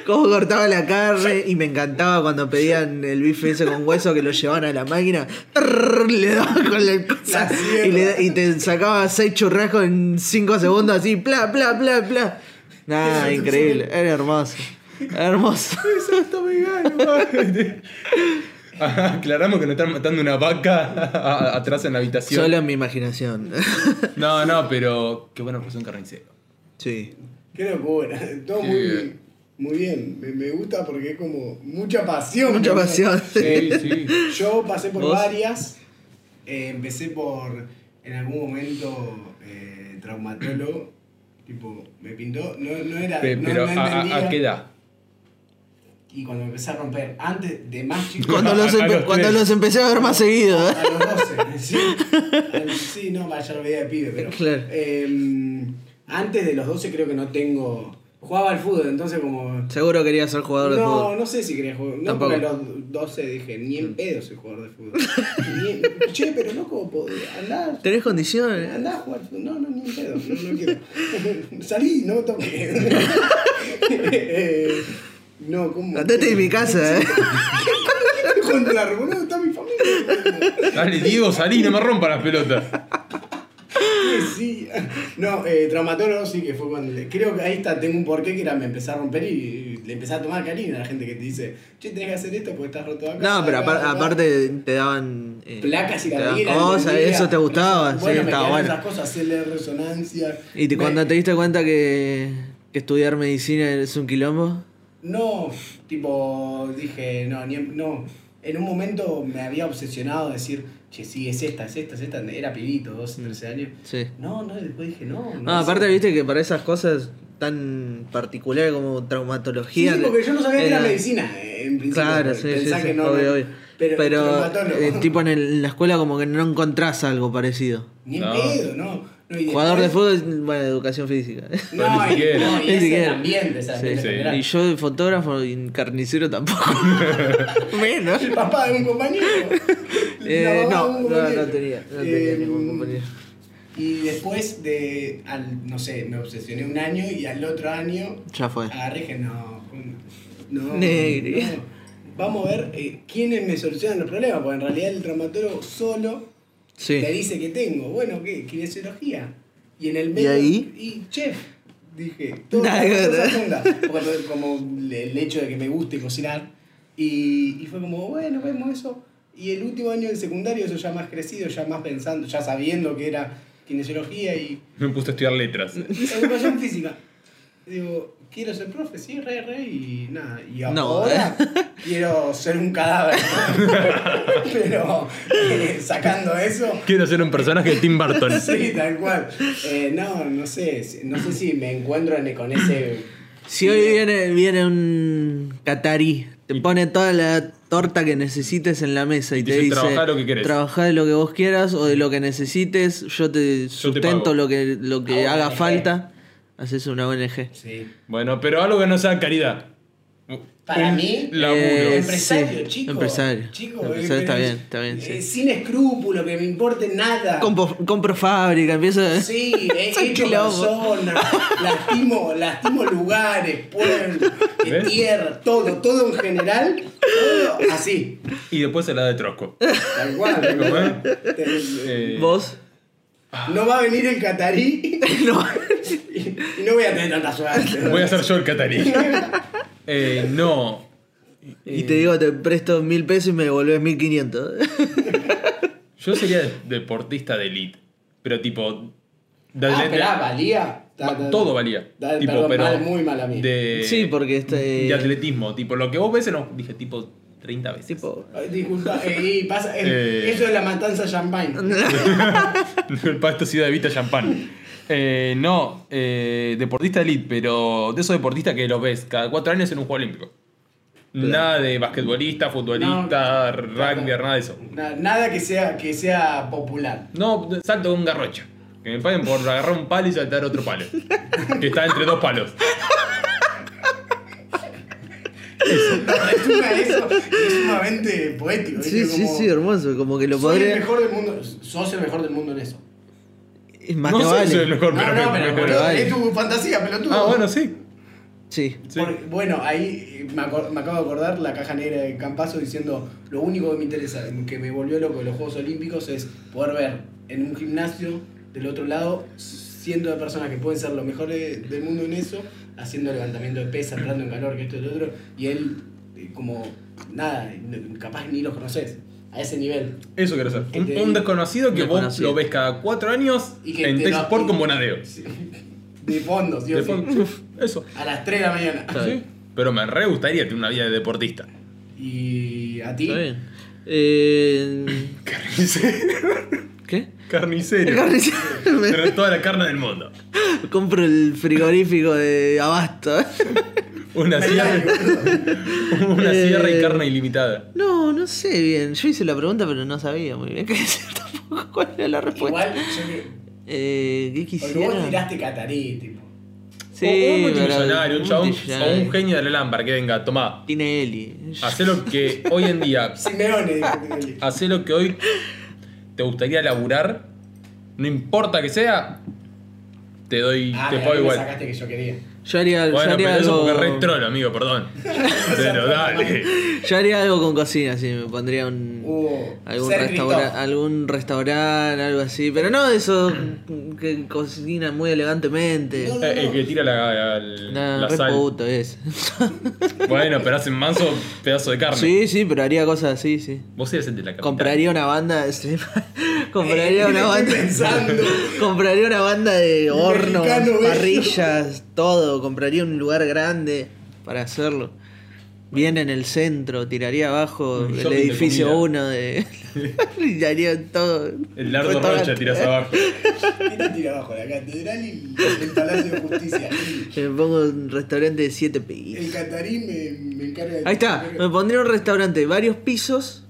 [SPEAKER 4] cómo cortaba la carne y me encantaba cuando pedían el bife ese con hueso que lo llevaban a la máquina. Trrr, Le daba con la cosa
[SPEAKER 3] La sierra.
[SPEAKER 4] y, le- y te sacaba seis churrascos en cinco segundos así, pla, pla, pla, pla. Nada, increíble. Era hermoso. Era hermoso.
[SPEAKER 2] Exacto, vegano. madre. Ajá, Aclaramos que no están matando una vaca a- a- atrás en la habitación.
[SPEAKER 4] Solo en mi imaginación.
[SPEAKER 2] No, no, pero qué buena profesión carnicero.
[SPEAKER 4] Sí.
[SPEAKER 3] Qué locura. Todo
[SPEAKER 2] Qué
[SPEAKER 3] muy
[SPEAKER 2] bien.
[SPEAKER 3] Muy bien. Me, me gusta porque es como mucha pasión.
[SPEAKER 4] Mucha
[SPEAKER 3] ¿no?
[SPEAKER 4] pasión.
[SPEAKER 2] Sí, sí.
[SPEAKER 3] Yo pasé por
[SPEAKER 4] ¿Vos?
[SPEAKER 3] varias. Eh, empecé por, en algún momento, eh, traumatólogo. tipo, me pintó. No, no era.
[SPEAKER 2] Pe-
[SPEAKER 3] no-
[SPEAKER 2] pero
[SPEAKER 3] no
[SPEAKER 2] a, a-
[SPEAKER 3] entendía.
[SPEAKER 2] a qué edad?
[SPEAKER 3] Y cuando me empecé a romper, antes de más chico.
[SPEAKER 4] Cuando los,
[SPEAKER 2] A los
[SPEAKER 4] empe- cuando
[SPEAKER 2] tres.
[SPEAKER 4] los empecé a ver más seguido. ¿eh?
[SPEAKER 3] A los 12, sí. Al- Sí, no, vaya, lo veía de pibe, pero.
[SPEAKER 4] Claro.
[SPEAKER 3] eh, antes de los 12 creo que no tengo. Jugaba al fútbol, entonces como.
[SPEAKER 4] Seguro quería ser jugador de
[SPEAKER 3] No,
[SPEAKER 4] fútbol.
[SPEAKER 3] no sé si quería jugar. No,
[SPEAKER 4] Tampoco. Mm.
[SPEAKER 3] porque a los 12 dije, ni en pedo soy jugador de fútbol. Ni en- Che, pero loco, po- andá.
[SPEAKER 4] ¿Tenés condiciones?
[SPEAKER 3] Andá a jugar. No, no, ni en pedo. No, no quiero. Salí, no me toques. Eh, no, ¿cómo?
[SPEAKER 4] Andate de mi casa, eh.
[SPEAKER 3] Contra, boludo, está mi familia.
[SPEAKER 2] Dale, Diego, salí, no me rompa las pelotas.
[SPEAKER 3] sí. No, eh, traumatólogo sí que fue cuando. Creo que ahí está, tengo un porqué que era me empecé a romper y le empecé a tomar cariño a la gente que te dice, che, tenés que hacer esto porque estás roto acá.
[SPEAKER 4] No, pero
[SPEAKER 3] acá,
[SPEAKER 4] apar-
[SPEAKER 3] acá".
[SPEAKER 4] aparte te daban. eh,
[SPEAKER 3] Placas y
[SPEAKER 4] te daban
[SPEAKER 3] cadenas.
[SPEAKER 4] cosas,
[SPEAKER 3] bandera.
[SPEAKER 4] eso te gustaba.
[SPEAKER 3] Bueno,
[SPEAKER 4] sí,
[SPEAKER 3] me
[SPEAKER 4] estaba
[SPEAKER 3] quedaron
[SPEAKER 4] bueno.
[SPEAKER 3] Esas cosas, hacerle resonancia.
[SPEAKER 4] Y te-
[SPEAKER 3] Me-
[SPEAKER 4] cuando te diste cuenta que, que estudiar medicina es un quilombo.
[SPEAKER 3] No, tipo, dije, no, ni, en- no. En un momento me había obsesionado decir, che, sí, es esta, es esta, es esta. Era pibito, 12, 13 años.
[SPEAKER 4] Sí.
[SPEAKER 3] No, no, y después dije, no. no
[SPEAKER 4] No,
[SPEAKER 3] es
[SPEAKER 4] Mm. Ah, aparte,
[SPEAKER 3] esta.
[SPEAKER 4] viste que para esas cosas tan particulares como
[SPEAKER 3] Sí,
[SPEAKER 4] traumatología.
[SPEAKER 3] sí, porque yo no sabía que era
[SPEAKER 4] era-
[SPEAKER 3] medicina, eh, en principio.
[SPEAKER 4] Claro, sí, sí,
[SPEAKER 3] Pensá
[SPEAKER 4] sí,
[SPEAKER 3] que no,
[SPEAKER 4] obvio,
[SPEAKER 3] no-
[SPEAKER 4] obvio.
[SPEAKER 3] Pero,
[SPEAKER 4] Pero,
[SPEAKER 3] traumatólogo.
[SPEAKER 4] eh, tipo en, el- en la escuela como que no encontrás algo parecido.
[SPEAKER 3] Ni en
[SPEAKER 2] No.
[SPEAKER 3] pedo, no. no y
[SPEAKER 4] Jugador de
[SPEAKER 3] después-
[SPEAKER 4] fútbol, bueno, educación física.
[SPEAKER 2] Pero
[SPEAKER 3] No,
[SPEAKER 2] ni
[SPEAKER 3] y,
[SPEAKER 2] siquiera.
[SPEAKER 3] no, y
[SPEAKER 4] Ni
[SPEAKER 3] es el
[SPEAKER 4] siquiera.
[SPEAKER 3] ambiente, o sea,
[SPEAKER 4] Sí,
[SPEAKER 3] en
[SPEAKER 2] sí.
[SPEAKER 3] general.
[SPEAKER 4] Y yo de fotógrafo y carnicero tampoco. Menos.
[SPEAKER 3] El papá de un compañero.
[SPEAKER 4] Eh,
[SPEAKER 3] La mamá de
[SPEAKER 4] no,
[SPEAKER 3] un
[SPEAKER 4] no,
[SPEAKER 3] compañero.
[SPEAKER 4] no tenía, no tenía
[SPEAKER 3] Eh,
[SPEAKER 4] ningún compañero.
[SPEAKER 3] Y después de, al, no sé, me obsesioné un año y al otro año
[SPEAKER 4] Ya fue.
[SPEAKER 3] agarré y dije, no, no,
[SPEAKER 4] Negri.
[SPEAKER 3] no. Vamos a ver eh, quiénes me solucionan los problemas, porque en realidad el traumatólogo solo
[SPEAKER 4] Sí.
[SPEAKER 3] te dice que tengo, bueno, ¿qué? Kinesiología. Y en el
[SPEAKER 4] ¿Y
[SPEAKER 3] medio.
[SPEAKER 4] ahí?
[SPEAKER 3] Y chef. Dije, todo
[SPEAKER 4] Nah,
[SPEAKER 3] esa
[SPEAKER 4] claro.
[SPEAKER 3] junta. Porque Como le- el hecho de que me guste cocinar. Y, y fue como, bueno, vemos eso. Y el último año del secundario, eso ya más crecido, ya más pensando, ya sabiendo que era kinesiología y
[SPEAKER 2] Me puse a estudiar letras.
[SPEAKER 3] educación física. Digo, quiero ser profe, sí, re, re, y nada. Y
[SPEAKER 4] No, ¿eh?
[SPEAKER 3] ahora quiero ser un cadáver. Pero eh, sacando eso,
[SPEAKER 2] Quiero ser un personaje de Tim Burton.
[SPEAKER 3] Sí, tal cual. Eh, no, no sé, si- no sé si me encuentro en- con ese...
[SPEAKER 4] Si hoy viene, viene un catarí, te pone toda la torta que necesites en la mesa y,
[SPEAKER 2] Y te
[SPEAKER 4] te
[SPEAKER 2] dice,
[SPEAKER 4] dice,
[SPEAKER 2] "Trabajá lo que querés".
[SPEAKER 4] "Trabajá de lo que vos quieras o de lo que necesites, yo te sustento
[SPEAKER 2] pago".
[SPEAKER 4] lo que, lo que
[SPEAKER 3] Ah, eh.
[SPEAKER 4] haga
[SPEAKER 3] ONG.
[SPEAKER 4] falta. Haces una ONG.
[SPEAKER 3] Sí.
[SPEAKER 2] Bueno, pero algo que no sea caridad.
[SPEAKER 3] Para
[SPEAKER 2] Un
[SPEAKER 3] mí,
[SPEAKER 2] laburo.
[SPEAKER 4] Eh,
[SPEAKER 3] empresario,
[SPEAKER 4] sí,
[SPEAKER 3] chico.
[SPEAKER 4] empresario.
[SPEAKER 3] Chico,
[SPEAKER 4] Empresario,
[SPEAKER 3] eh,
[SPEAKER 4] está
[SPEAKER 3] pero-
[SPEAKER 4] bien, está bien, sí.
[SPEAKER 3] eh, sin escrúpulo, que me importe nada.
[SPEAKER 4] Compo- compro fábrica, empiezo...
[SPEAKER 3] Sí, he
[SPEAKER 4] Son
[SPEAKER 3] hecho
[SPEAKER 4] quilombo.
[SPEAKER 3] personas, lastimo, lastimo lugares, pueblos, eh,
[SPEAKER 2] ¿Ves?
[SPEAKER 3] tierra, todo, todo en general, todo así,
[SPEAKER 2] Y después se la de Trosco.
[SPEAKER 3] tal cual. tal cual. Te-
[SPEAKER 2] Eh,
[SPEAKER 4] Vos...
[SPEAKER 3] No va a venir el catarí
[SPEAKER 4] No.
[SPEAKER 3] Eh. y, y no voy a tener tanta suerte.
[SPEAKER 2] Voy a ser yo el catarí. Eh, no.
[SPEAKER 4] Y te digo, te presto mil pesos y me devolvés mil quinientos.
[SPEAKER 2] Yo sería de- deportista de elite. Pero tipo. de-
[SPEAKER 3] Ah,
[SPEAKER 2] de-
[SPEAKER 3] esperá, valía. Ta, ta, ta.
[SPEAKER 2] todo valía.
[SPEAKER 3] Da-
[SPEAKER 2] tipo,
[SPEAKER 3] perdón,
[SPEAKER 2] pero
[SPEAKER 3] mal, muy mal a mí.
[SPEAKER 2] De,
[SPEAKER 4] Sí, porque este-
[SPEAKER 2] De atletismo. Tipo, lo que vos ves, no. Dije, tipo, 30 veces.
[SPEAKER 4] tipo...
[SPEAKER 3] Ay, Disculpa, eh, y pasa, eh,
[SPEAKER 2] Eh.
[SPEAKER 3] eso es la matanza champagne.
[SPEAKER 2] el pasto ciudad evita champán. Eh, no, eh, deportista elite, pero de esos deportistas que los ves cada cuatro años en un juego olímpico. Nada de basquetbolista, futbolista, rugby, nada de eso.
[SPEAKER 3] Na- nada que sea, que sea popular.
[SPEAKER 2] No, salto con un garrocha. Que me paguen por agarrar un palo y saltar otro palo. Que está entre dos palos.
[SPEAKER 3] Resuma eso, es sumamente poético.
[SPEAKER 4] Sí,
[SPEAKER 3] ¿viste?
[SPEAKER 4] sí,
[SPEAKER 3] Como,
[SPEAKER 4] sí, hermoso. Como que lo
[SPEAKER 3] soy el
[SPEAKER 4] podría...
[SPEAKER 3] mejor del mundo. Sos el mejor del mundo en eso.
[SPEAKER 4] Es más
[SPEAKER 2] no
[SPEAKER 4] que
[SPEAKER 2] sé
[SPEAKER 4] vale.
[SPEAKER 2] si soy el mejor,
[SPEAKER 3] no,
[SPEAKER 2] pero,
[SPEAKER 3] no,
[SPEAKER 2] me-
[SPEAKER 3] pero,
[SPEAKER 2] me-
[SPEAKER 3] boludo,
[SPEAKER 4] vale.
[SPEAKER 3] es tu fantasía, pelotudo.
[SPEAKER 2] Ah, bueno, sí.
[SPEAKER 4] Sí.
[SPEAKER 2] sí.
[SPEAKER 3] Porque, bueno, ahí eh, me, acor- me acabo de acordar la caja negra de Campazo diciendo lo único que me interesa, que me volvió loco de los Juegos Olímpicos es poder ver en un gimnasio del otro lado cientos de personas que pueden ser los mejores del mundo en eso, haciendo levantamiento de pesas, entrando en calor, que esto y lo otro, y él eh, como nada, no- capaz ni los conoces, a ese nivel.
[SPEAKER 2] Eso quiero hacer.
[SPEAKER 3] Que
[SPEAKER 2] Un,
[SPEAKER 3] te-
[SPEAKER 2] un desconocido que vos
[SPEAKER 4] Desconocido.
[SPEAKER 2] lo ves cada cuatro años
[SPEAKER 3] Y que
[SPEAKER 2] en
[SPEAKER 3] te
[SPEAKER 2] Texas
[SPEAKER 3] lo-
[SPEAKER 2] Sport con Bonadeo.
[SPEAKER 3] De fondo, sí o
[SPEAKER 2] De
[SPEAKER 3] sí.
[SPEAKER 2] fondo, sí, Eso.
[SPEAKER 3] A las 3 de la mañana.
[SPEAKER 4] Está
[SPEAKER 2] Sí,
[SPEAKER 4] bien.
[SPEAKER 2] Pero me re gustaría tener una vida de deportista.
[SPEAKER 3] Y a ti,
[SPEAKER 4] Está bien. Eh,
[SPEAKER 2] Carnicero.
[SPEAKER 4] ¿Qué?
[SPEAKER 2] Carnicero. Pero toda la carne del mundo.
[SPEAKER 4] Compro el frigorífico de Abasto.
[SPEAKER 2] Una sierra, una
[SPEAKER 4] Eh.
[SPEAKER 2] sierra y carne ilimitada.
[SPEAKER 4] No, no sé bien. Yo hice la pregunta, pero no sabía muy bien qué decir tampoco cuál era la respuesta.
[SPEAKER 3] igual, yo que-
[SPEAKER 4] Eh, ¿Qué
[SPEAKER 3] Porque vos
[SPEAKER 4] quisiera?
[SPEAKER 3] tiraste catarí, tipo.
[SPEAKER 2] o un
[SPEAKER 4] pero-
[SPEAKER 2] multimillonario, un chabón, o
[SPEAKER 4] multimillonario.
[SPEAKER 2] un Ah, genio de la lámpara que venga, tomá.
[SPEAKER 4] Tiene Eli.
[SPEAKER 2] Hacé lo que hoy en día.
[SPEAKER 3] Simeone, dijo Tinelli.
[SPEAKER 2] Hacé lo que hoy te gustaría laburar. No importa que sea. Te doy.
[SPEAKER 3] Ah,
[SPEAKER 2] te
[SPEAKER 3] mira,
[SPEAKER 2] pago
[SPEAKER 3] ahí me
[SPEAKER 4] Ah,
[SPEAKER 2] igual.
[SPEAKER 3] Ah, sacaste que yo quería.
[SPEAKER 4] Yo haría, yo
[SPEAKER 2] Bueno,
[SPEAKER 4] haría
[SPEAKER 2] pero eso
[SPEAKER 4] algo.
[SPEAKER 2] porque es re trolo, amigo, perdón. Pero dale.
[SPEAKER 4] Yo haría algo con cocina, sí, me pondría un.
[SPEAKER 3] Uh,
[SPEAKER 4] algún,
[SPEAKER 3] ser
[SPEAKER 4] restaura-
[SPEAKER 3] Cristóbal.
[SPEAKER 4] algún restaurante, algo así. Pero no de esos que cocinan muy elegantemente.
[SPEAKER 3] No,
[SPEAKER 2] Eh, El que tira la, la-
[SPEAKER 4] Nah,
[SPEAKER 2] la
[SPEAKER 4] re
[SPEAKER 2] sal.
[SPEAKER 4] puto es.
[SPEAKER 2] Bueno, pero hacen manso pedazo de carne.
[SPEAKER 4] sí, sí, pero haría cosas así, sí.
[SPEAKER 2] Vos eres el de la capital.
[SPEAKER 4] Compraría una banda. sí. compraría
[SPEAKER 3] Eh,
[SPEAKER 4] una
[SPEAKER 3] estoy
[SPEAKER 4] banda.
[SPEAKER 3] pensando.
[SPEAKER 4] compraría una banda de hornos,
[SPEAKER 3] mexicano bello.
[SPEAKER 4] parrillas, todo. Compraría un lugar grande para hacerlo. Bien en el centro, tiraría abajo
[SPEAKER 2] Un
[SPEAKER 4] del
[SPEAKER 2] shopping de
[SPEAKER 4] edificio
[SPEAKER 2] comida.
[SPEAKER 4] 1 de. y haría todo.
[SPEAKER 2] El lardo
[SPEAKER 4] Restaurante.
[SPEAKER 2] rocha tirás abajo.
[SPEAKER 3] Tira, Este tira abajo la catedral y el Palacio de Justicia. Y
[SPEAKER 4] Me pongo un restaurante de 7 pisos.
[SPEAKER 3] El catarí me, me encarga de.
[SPEAKER 4] Ahí está, me pondría un restaurante de varios pisos,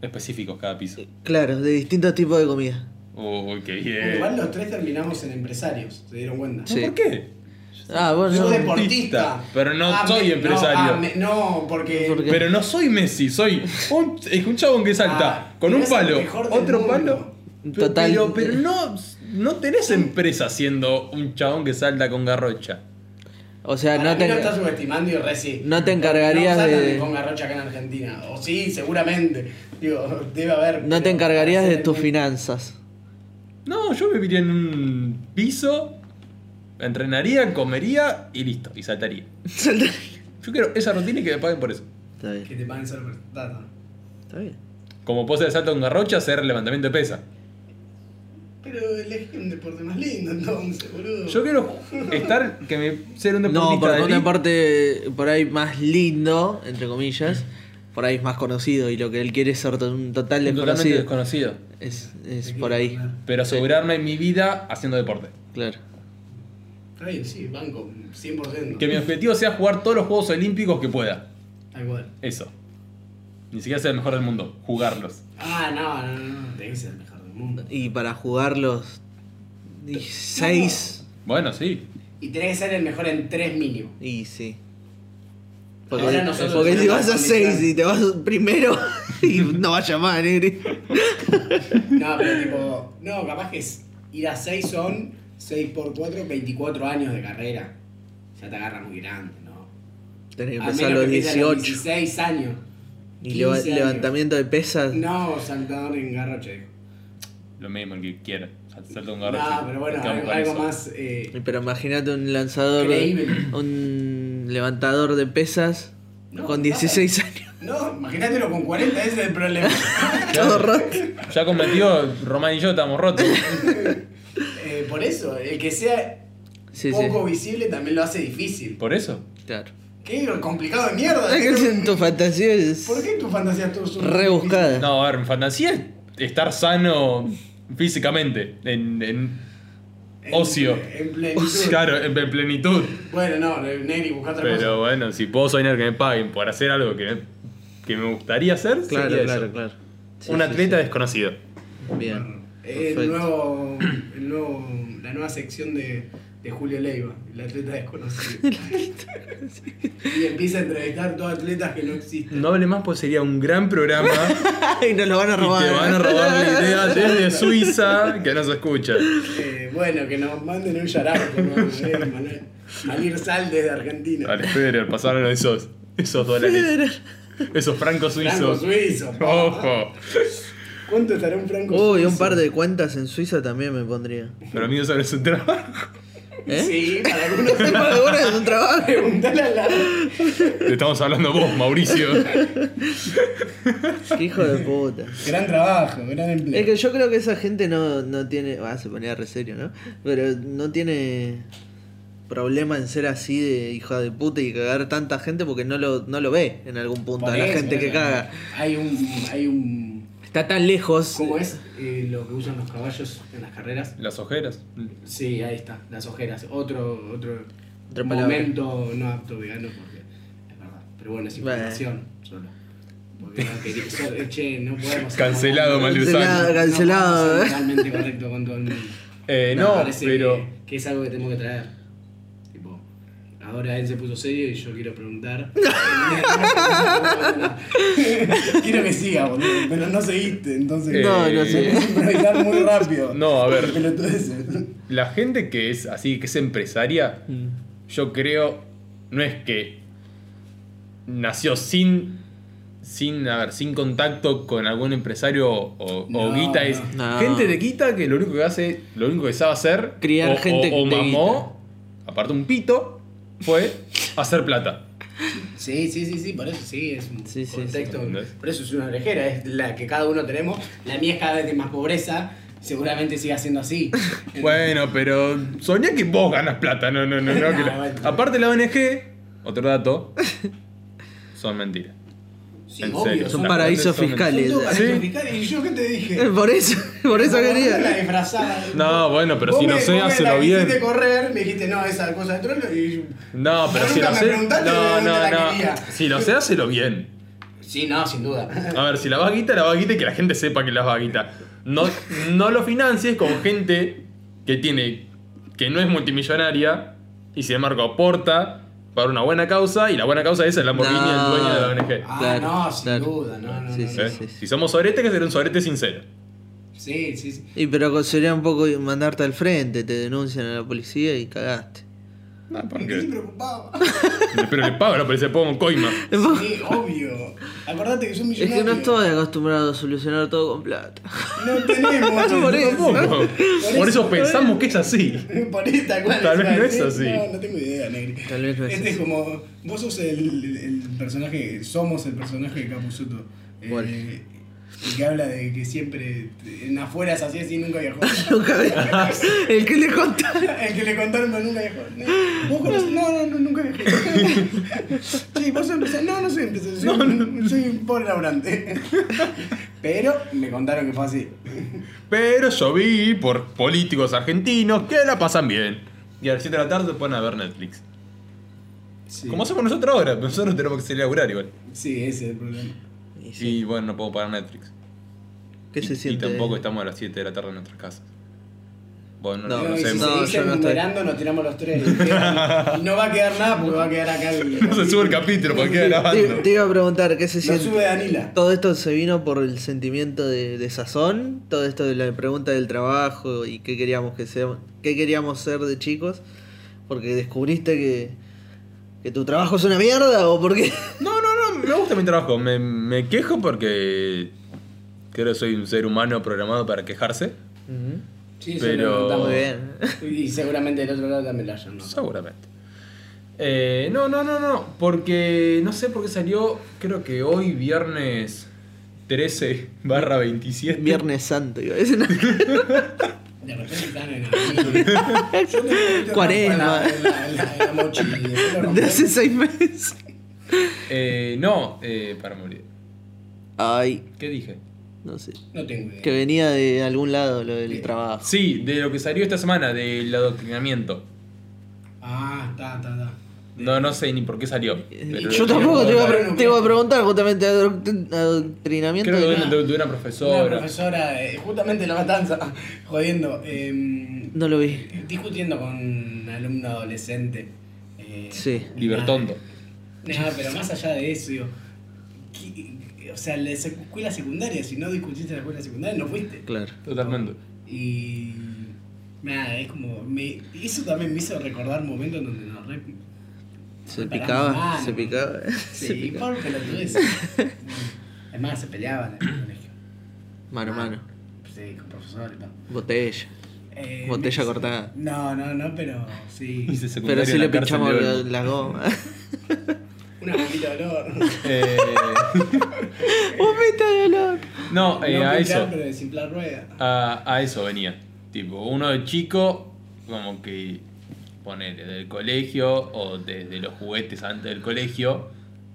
[SPEAKER 2] Específicos cada piso.
[SPEAKER 4] claro, de distintos tipos de comida.
[SPEAKER 2] Uy, Oh, qué
[SPEAKER 3] Igual
[SPEAKER 2] bien.
[SPEAKER 3] los tres terminamos en empresarios, se dieron cuenta.
[SPEAKER 4] Sí.
[SPEAKER 2] ¿Por qué?
[SPEAKER 4] Ah, bueno,
[SPEAKER 3] Soy
[SPEAKER 4] no.
[SPEAKER 3] deportista.
[SPEAKER 2] pero no
[SPEAKER 3] Ah,
[SPEAKER 2] soy
[SPEAKER 3] me-
[SPEAKER 2] empresario.
[SPEAKER 3] No, ah, me- no, porque.
[SPEAKER 4] ¿Por qué?
[SPEAKER 2] Pero no soy Messi, soy un, es un chabón que salta
[SPEAKER 3] Ah,
[SPEAKER 2] con un
[SPEAKER 3] eres el
[SPEAKER 2] palo,
[SPEAKER 3] mejor del
[SPEAKER 2] otro
[SPEAKER 3] mundo.
[SPEAKER 2] palo. Pe-
[SPEAKER 4] Total.
[SPEAKER 2] Pero, pero no, no tenés empresa siendo un chabón que salta con garrocha.
[SPEAKER 4] O sea,
[SPEAKER 3] Para
[SPEAKER 4] no
[SPEAKER 3] mí no
[SPEAKER 4] te.
[SPEAKER 3] estás subestimando y re sí.
[SPEAKER 4] no te encargarías
[SPEAKER 3] No saltan
[SPEAKER 4] de-
[SPEAKER 3] con garrocha acá en Argentina. O sí, seguramente. Digo, debe haber.
[SPEAKER 4] No te
[SPEAKER 3] pero
[SPEAKER 4] encargarías
[SPEAKER 3] para
[SPEAKER 4] de
[SPEAKER 3] ser
[SPEAKER 4] tus
[SPEAKER 3] el-
[SPEAKER 4] finanzas.
[SPEAKER 2] No, yo viviría en un piso, entrenaría, comería y listo, y saltaría. Yo quiero esa rutina y que me paguen por eso.
[SPEAKER 4] Está bien.
[SPEAKER 3] Que te paguen solo por plata.
[SPEAKER 4] Está bien.
[SPEAKER 2] Como pose de salto con garrocha, hacer levantamiento de pesa.
[SPEAKER 3] Pero elegí un deporte más lindo entonces, boludo.
[SPEAKER 2] Yo quiero estar, que me, ser un deportista
[SPEAKER 4] No, pero
[SPEAKER 2] de
[SPEAKER 4] con una
[SPEAKER 2] elite.
[SPEAKER 4] parte por ahí más lindo, entre comillas, por ahí es más conocido y lo que él quiere es ser to- un total
[SPEAKER 2] totalmente
[SPEAKER 4] desconocido.
[SPEAKER 2] desconocido.
[SPEAKER 4] Es, es por ahí,
[SPEAKER 2] Pero asegurarme mi vida haciendo deporte.
[SPEAKER 4] claro.
[SPEAKER 3] Está bien, sí, banco, 100%.
[SPEAKER 2] Que mi objetivo sea jugar todos los Juegos Olímpicos que pueda.
[SPEAKER 3] Tal cual.
[SPEAKER 2] Eso. Ni siquiera ser el mejor del mundo. Jugarlos.
[SPEAKER 3] Ah, no, no, no, no. Tenés que ser el mejor del mundo.
[SPEAKER 4] Y para jugarlos 6
[SPEAKER 2] Bueno, sí.
[SPEAKER 3] Y tenés que ser el mejor en tres mínimo.
[SPEAKER 4] y sí.
[SPEAKER 3] Ahora
[SPEAKER 4] Porque,
[SPEAKER 3] nosotros
[SPEAKER 4] porque si
[SPEAKER 3] tenemos
[SPEAKER 4] vas a
[SPEAKER 3] que
[SPEAKER 4] 6
[SPEAKER 3] analizar.
[SPEAKER 4] y te vas primero y no vaya más, negri.
[SPEAKER 3] No, pero tipo. No, capaz que es ir a 6 son 6 por 4, 24 años de carrera. Ya te agarra muy grande, ¿no?
[SPEAKER 4] Tenés que
[SPEAKER 3] Al
[SPEAKER 4] empezar
[SPEAKER 3] menos
[SPEAKER 4] los
[SPEAKER 3] que empiece a los
[SPEAKER 4] 18.
[SPEAKER 3] 16 años.
[SPEAKER 4] Y leva-
[SPEAKER 3] 15 años.
[SPEAKER 4] levantamiento de pesas.
[SPEAKER 3] No, saltador en garrocha, dijo.
[SPEAKER 2] Lo mismo el que quiera. Sal- Salto un garrote.
[SPEAKER 3] No, Ah, pero bueno, algo, algo más. Eh,
[SPEAKER 4] Pero imagínate un lanzador,
[SPEAKER 3] Creíble.
[SPEAKER 4] un levantador de pesas
[SPEAKER 3] No,
[SPEAKER 4] con
[SPEAKER 3] no.
[SPEAKER 4] 16 años.
[SPEAKER 3] no, imagínatelo con 40, ese es el problema.
[SPEAKER 4] Todo roto.
[SPEAKER 2] Ya cometió Román y yo estamos rotos.
[SPEAKER 3] Eh, por eso, el que sea
[SPEAKER 4] Sí, sí.
[SPEAKER 3] poco visible también lo hace difícil.
[SPEAKER 2] Por eso.
[SPEAKER 4] Claro.
[SPEAKER 3] Qué complicado de mierda.
[SPEAKER 4] Es que en tu fantasía es
[SPEAKER 3] ¿Por qué tu fantasía tú
[SPEAKER 4] rebuscada.
[SPEAKER 2] No, a ver, mi fantasía es estar sano físicamente. En, en Ocio.
[SPEAKER 3] En plenitud.
[SPEAKER 2] claro, en, en plenitud.
[SPEAKER 3] Bueno, no, Negri, busca otra cosa.
[SPEAKER 2] Pero bueno, si puedo soñar que me paguen por hacer algo que me, que me gustaría hacer,
[SPEAKER 4] Claro,
[SPEAKER 2] sería
[SPEAKER 4] claro,
[SPEAKER 2] eso.
[SPEAKER 4] claro. Sí,
[SPEAKER 2] un
[SPEAKER 4] sí,
[SPEAKER 2] atleta
[SPEAKER 4] sí.
[SPEAKER 2] desconocido.
[SPEAKER 4] Bien.
[SPEAKER 3] Eh, El
[SPEAKER 4] Perfecto.
[SPEAKER 3] nuevo, el nuevo, la nueva sección de, de Julio Leiva, el atleta desconocido. y empieza a entrevistar a todos atletas que no existen.
[SPEAKER 2] No hable más, pues sería un gran programa.
[SPEAKER 4] Y nos lo van a
[SPEAKER 2] y
[SPEAKER 4] robar.
[SPEAKER 2] te van a robar la idea desde Suiza, que no se escucha.
[SPEAKER 3] Eh, bueno, que nos manden un yararco, ¿no? Eh, Manuel. Malir Sal desde Argentina.
[SPEAKER 2] Al Federer pasaron esos, esos dólares. Esos francos
[SPEAKER 3] Franco
[SPEAKER 2] suizos.
[SPEAKER 3] suizo. pa.
[SPEAKER 2] Ojo.
[SPEAKER 3] ¿Cuánto estará un franco
[SPEAKER 4] Uy,
[SPEAKER 3] suizo?
[SPEAKER 4] un par de cuentas en Suiza también me pondría.
[SPEAKER 2] Pero mí eso no es un trabajo.
[SPEAKER 4] ¿Eh?
[SPEAKER 3] Sí, para algunos.
[SPEAKER 4] Para algunas es un trabajo.
[SPEAKER 3] Preguntale a la.
[SPEAKER 2] Te estamos hablando vos, Mauricio.
[SPEAKER 4] Qué hijo de puta.
[SPEAKER 3] Gran trabajo, gran empleo.
[SPEAKER 4] Es que yo creo que esa gente no, no tiene. Ah, se ponía re serio, ¿no? Pero no tiene problema en ser así de hija de puta y cagar tanta gente porque no lo, no lo ve en algún punto
[SPEAKER 3] Por
[SPEAKER 4] a la
[SPEAKER 3] eso,
[SPEAKER 4] gente que
[SPEAKER 3] eh,
[SPEAKER 4] caga.
[SPEAKER 3] Hay un. Hay un
[SPEAKER 4] Está tan lejos.
[SPEAKER 3] ¿Cómo es eh, lo que usan los caballos en las carreras?
[SPEAKER 2] Las ojeras.
[SPEAKER 3] Sí, ahí está, las ojeras. Otro, otro
[SPEAKER 4] Otra palabra.
[SPEAKER 3] momento no apto vegano porque es verdad. Pero bueno, es información solo. Porque no quería- so- che, no podemos.
[SPEAKER 2] Cancelado,
[SPEAKER 3] no,
[SPEAKER 2] Malu.
[SPEAKER 4] Cancelado,
[SPEAKER 3] no,
[SPEAKER 4] cancelado.
[SPEAKER 3] no,
[SPEAKER 4] ¿eh?
[SPEAKER 3] Totalmente correcto con todo el mundo.
[SPEAKER 2] Eh,
[SPEAKER 3] Me
[SPEAKER 2] no,
[SPEAKER 3] parece
[SPEAKER 2] pero.
[SPEAKER 3] Que, que es algo que tengo que traer. Tipo, ahora él se puso serio y yo quiero preguntar. quiero que siga, boludo. Pero no seguiste, entonces.
[SPEAKER 2] Eh,
[SPEAKER 4] No, no sé.
[SPEAKER 3] Tenés que improvisar muy rápido.
[SPEAKER 2] No, a ver.
[SPEAKER 3] Pelotudeces.
[SPEAKER 4] Mm.
[SPEAKER 2] La gente que es así, que es empresaria, yo creo, no es que nació sin, sin, a ver, sin contacto con algún empresario o, o
[SPEAKER 3] No,
[SPEAKER 2] guita. Es
[SPEAKER 4] no. No.
[SPEAKER 2] gente de guita que lo único que hace, lo único que sabe hacer,
[SPEAKER 4] Criar
[SPEAKER 2] o,
[SPEAKER 4] gente
[SPEAKER 2] o, o
[SPEAKER 4] de
[SPEAKER 2] mamó, aparte un pito, fue hacer plata.
[SPEAKER 3] Sí, sí, sí, sí, por eso sí, es un
[SPEAKER 4] Sí, sí,
[SPEAKER 3] contexto.
[SPEAKER 2] sí, ¿entendés?
[SPEAKER 3] por eso es una orejera, es la que cada uno tenemos. La mía es cada vez de más pobreza, seguramente siga siendo así.
[SPEAKER 2] Bueno, pero soñá que vos ganas plata, no, no, no. no, que la-
[SPEAKER 3] No, bueno.
[SPEAKER 2] Aparte la ONG, otro dato, son mentiras.
[SPEAKER 3] Sí,
[SPEAKER 2] en
[SPEAKER 3] obvio,
[SPEAKER 2] serio,
[SPEAKER 3] son
[SPEAKER 4] Son
[SPEAKER 2] para-
[SPEAKER 4] paraísos
[SPEAKER 2] son-
[SPEAKER 4] fiscales.
[SPEAKER 3] Son todos
[SPEAKER 2] Sí.
[SPEAKER 3] fiscales, Y yo qué te dije.
[SPEAKER 4] Por eso, por eso
[SPEAKER 3] Como La
[SPEAKER 4] quería.
[SPEAKER 3] disfrazada.
[SPEAKER 2] No, bueno, pero
[SPEAKER 3] Vos
[SPEAKER 2] si
[SPEAKER 3] me-
[SPEAKER 2] no
[SPEAKER 3] vos
[SPEAKER 2] sé,
[SPEAKER 3] me
[SPEAKER 2] hacelo
[SPEAKER 3] la
[SPEAKER 2] bien.
[SPEAKER 3] hiciste correr, me dijiste, no, esa cosa de trolo. Y...
[SPEAKER 2] No, pero
[SPEAKER 3] Vos
[SPEAKER 2] si
[SPEAKER 3] nunca
[SPEAKER 2] lo
[SPEAKER 3] me
[SPEAKER 2] sé.
[SPEAKER 3] preguntaste de
[SPEAKER 2] No,
[SPEAKER 3] dónde
[SPEAKER 2] no,
[SPEAKER 3] la
[SPEAKER 2] no.
[SPEAKER 3] quería.
[SPEAKER 2] Si lo sé, hacelo bien.
[SPEAKER 3] Sí, no, sin duda.
[SPEAKER 2] A ver, si la vaguita, la vaguita y que la gente sepa que la vaguita. No, no lo financies con gente que tiene. que no es multimillonaria y sin embargo aporta para una buena causa y la buena causa esa es la Lamborghini
[SPEAKER 4] No.
[SPEAKER 2] el dueño de la ONG.
[SPEAKER 3] Ah,
[SPEAKER 4] Claro,
[SPEAKER 3] no, sin
[SPEAKER 4] claro.
[SPEAKER 3] duda, no, no,
[SPEAKER 4] Sí,
[SPEAKER 3] no,
[SPEAKER 4] sí.
[SPEAKER 2] ¿Eh? Si somos soretes, que ser un sorete sincero.
[SPEAKER 3] Sí, sí, sí.
[SPEAKER 4] Y pero sería un poco mandarte al frente, te denuncian a la policía y cagaste.
[SPEAKER 2] No,
[SPEAKER 3] ¿Por qué estoy preocupado?
[SPEAKER 2] Pero le pago, no, pero se pongo coima.
[SPEAKER 3] Sí, obvio. Acordate que soy
[SPEAKER 4] Es
[SPEAKER 3] millonario.
[SPEAKER 4] que no estoy acostumbrado a solucionar todo con plata.
[SPEAKER 3] No tenemos.
[SPEAKER 4] Por eso.
[SPEAKER 2] Tampoco. Por eso pensamos
[SPEAKER 3] eh.
[SPEAKER 2] que es así.
[SPEAKER 3] Por esta cual
[SPEAKER 2] Tal
[SPEAKER 3] es
[SPEAKER 2] vez no
[SPEAKER 3] mal,
[SPEAKER 2] es
[SPEAKER 3] ¿eh?
[SPEAKER 2] así.
[SPEAKER 3] No, no tengo idea, Negri.
[SPEAKER 4] Tal vez no es
[SPEAKER 3] Este es
[SPEAKER 4] así.
[SPEAKER 3] como. Vos sos el, el personaje. Somos el personaje de Capuzuto. Eh,
[SPEAKER 4] ¿Cuál?
[SPEAKER 3] el que habla de que siempre en afuera es así, así nunca viajó.
[SPEAKER 4] Nunca había- El que le contaron.
[SPEAKER 3] el que le contaron pero nunca viajó. No, ¿Vos conocés? No, no, no, nunca viajé. sí, vos sos empresario. No, no soy empresario. Soy, soy un pobre laburante. Pero me contaron que fue así.
[SPEAKER 2] Pero yo vi por políticos argentinos que la pasan bien. Y a las 7 de la tarde ponen a ver Netflix.
[SPEAKER 3] Sí.
[SPEAKER 2] Como hacemos nosotros ahora, pero nosotros tenemos que salir a laburar igual.
[SPEAKER 3] Sí, ese es el problema.
[SPEAKER 4] Y sí,
[SPEAKER 2] Y bueno, no puedo pagar Netflix.
[SPEAKER 4] ¿Qué
[SPEAKER 2] y,
[SPEAKER 4] se
[SPEAKER 2] y
[SPEAKER 4] siente?
[SPEAKER 2] tampoco estamos a las 7 de la tarde en nuestras casas. Bueno, no,
[SPEAKER 4] No,
[SPEAKER 2] lo
[SPEAKER 3] No, y si
[SPEAKER 2] hacemos.
[SPEAKER 4] no,
[SPEAKER 3] se dice
[SPEAKER 4] yo no estoy.
[SPEAKER 3] numerando, nos tiramos los tres. Y quedan- y no va a quedar nada porque va a quedar acá el.
[SPEAKER 2] No se sube el capítulo porque queda grabando.
[SPEAKER 4] Te, te iba a preguntar, ¿qué se
[SPEAKER 3] Lo
[SPEAKER 4] siente?
[SPEAKER 3] sube Danila.
[SPEAKER 4] Todo esto se vino por el sentimiento de, de sazón, todo esto de la pregunta del trabajo y qué queríamos que sea, qué queríamos ser de chicos, porque descubriste que, que tu trabajo es una mierda o porque
[SPEAKER 2] No, no, no, me gusta mi trabajo. Me, me quejo porque creo que soy un ser humano programado para quejarse.
[SPEAKER 3] Sí,
[SPEAKER 2] eso Pero- lo notamos.
[SPEAKER 4] muy bien.
[SPEAKER 3] Y seguramente del otro lado también la hayan. ¿no?
[SPEAKER 2] Seguramente. Eh, no, no, no, no. Porque no sé por qué salió, creo que hoy viernes 13 barra 27.
[SPEAKER 4] Viernes Santo, iba a decir.
[SPEAKER 3] De repente están en el. Yo tengo esto
[SPEAKER 4] Cuaresma.
[SPEAKER 3] en la- en la- en la mochila, y después lo
[SPEAKER 4] de
[SPEAKER 3] rompemos.
[SPEAKER 4] hace seis meses.
[SPEAKER 2] Eh, no, eh, para morir.
[SPEAKER 4] Ay,
[SPEAKER 2] ¿Qué dije?
[SPEAKER 4] no sé.
[SPEAKER 3] No tengo idea.
[SPEAKER 4] Que venía de algún lado lo del trabajo.
[SPEAKER 2] Sí, de lo que salió esta semana, del adoctrinamiento.
[SPEAKER 3] Ah, está, está, está.
[SPEAKER 2] No, no sé ni por qué salió. pero-
[SPEAKER 4] Eh, Yo tampoco te iba, a pre-
[SPEAKER 3] Bueno,
[SPEAKER 4] te iba a preguntar justamente adoctrin- adoctrinamiento.
[SPEAKER 2] Creo que de
[SPEAKER 4] de-
[SPEAKER 2] una, de una
[SPEAKER 3] Una
[SPEAKER 2] profesora.
[SPEAKER 3] profesora, eh, justamente en la matanza, jodiendo. em,
[SPEAKER 4] No lo vi.
[SPEAKER 3] discutiendo con un alumno adolescente. eh,
[SPEAKER 4] Sí.
[SPEAKER 2] Libertondo.
[SPEAKER 3] Nada, pero más allá de eso, digo, ¿qué- o sea, la sec- escuela secundaria, si no discutiste en la escuela secundaria, no fuiste.
[SPEAKER 4] Claro.
[SPEAKER 2] Totalmente.
[SPEAKER 3] Y nada, es como, me, eso también me hizo recordar momentos donde nos re...
[SPEAKER 4] Se
[SPEAKER 3] Para
[SPEAKER 4] picaba,
[SPEAKER 3] mal.
[SPEAKER 4] se picaba. se
[SPEAKER 3] Sí,
[SPEAKER 4] picaba.
[SPEAKER 3] por pelotudez. Además, se peleaban en el colegio.
[SPEAKER 4] Mano a mano.
[SPEAKER 3] Sí, con profesores y todo.
[SPEAKER 4] Botella.
[SPEAKER 3] Eh,
[SPEAKER 4] Botella
[SPEAKER 3] me-
[SPEAKER 4] cortada.
[SPEAKER 3] No, no, no, pero sí.
[SPEAKER 2] Hice secundaria
[SPEAKER 4] Pero sí
[SPEAKER 2] en la
[SPEAKER 4] le
[SPEAKER 2] cárcel
[SPEAKER 4] pinchamos
[SPEAKER 2] de
[SPEAKER 4] la,
[SPEAKER 2] Olmo.
[SPEAKER 4] la goma.
[SPEAKER 3] Una bombita de olor.
[SPEAKER 2] Eh,
[SPEAKER 4] Vomita de olor.
[SPEAKER 2] no, eh,
[SPEAKER 3] no
[SPEAKER 2] a
[SPEAKER 3] pintar,
[SPEAKER 2] eso.
[SPEAKER 3] pero desinflar rueda.
[SPEAKER 2] A, a eso venía. Tipo, uno de chico, como que poner desde el colegio o desde los juguetes antes del colegio,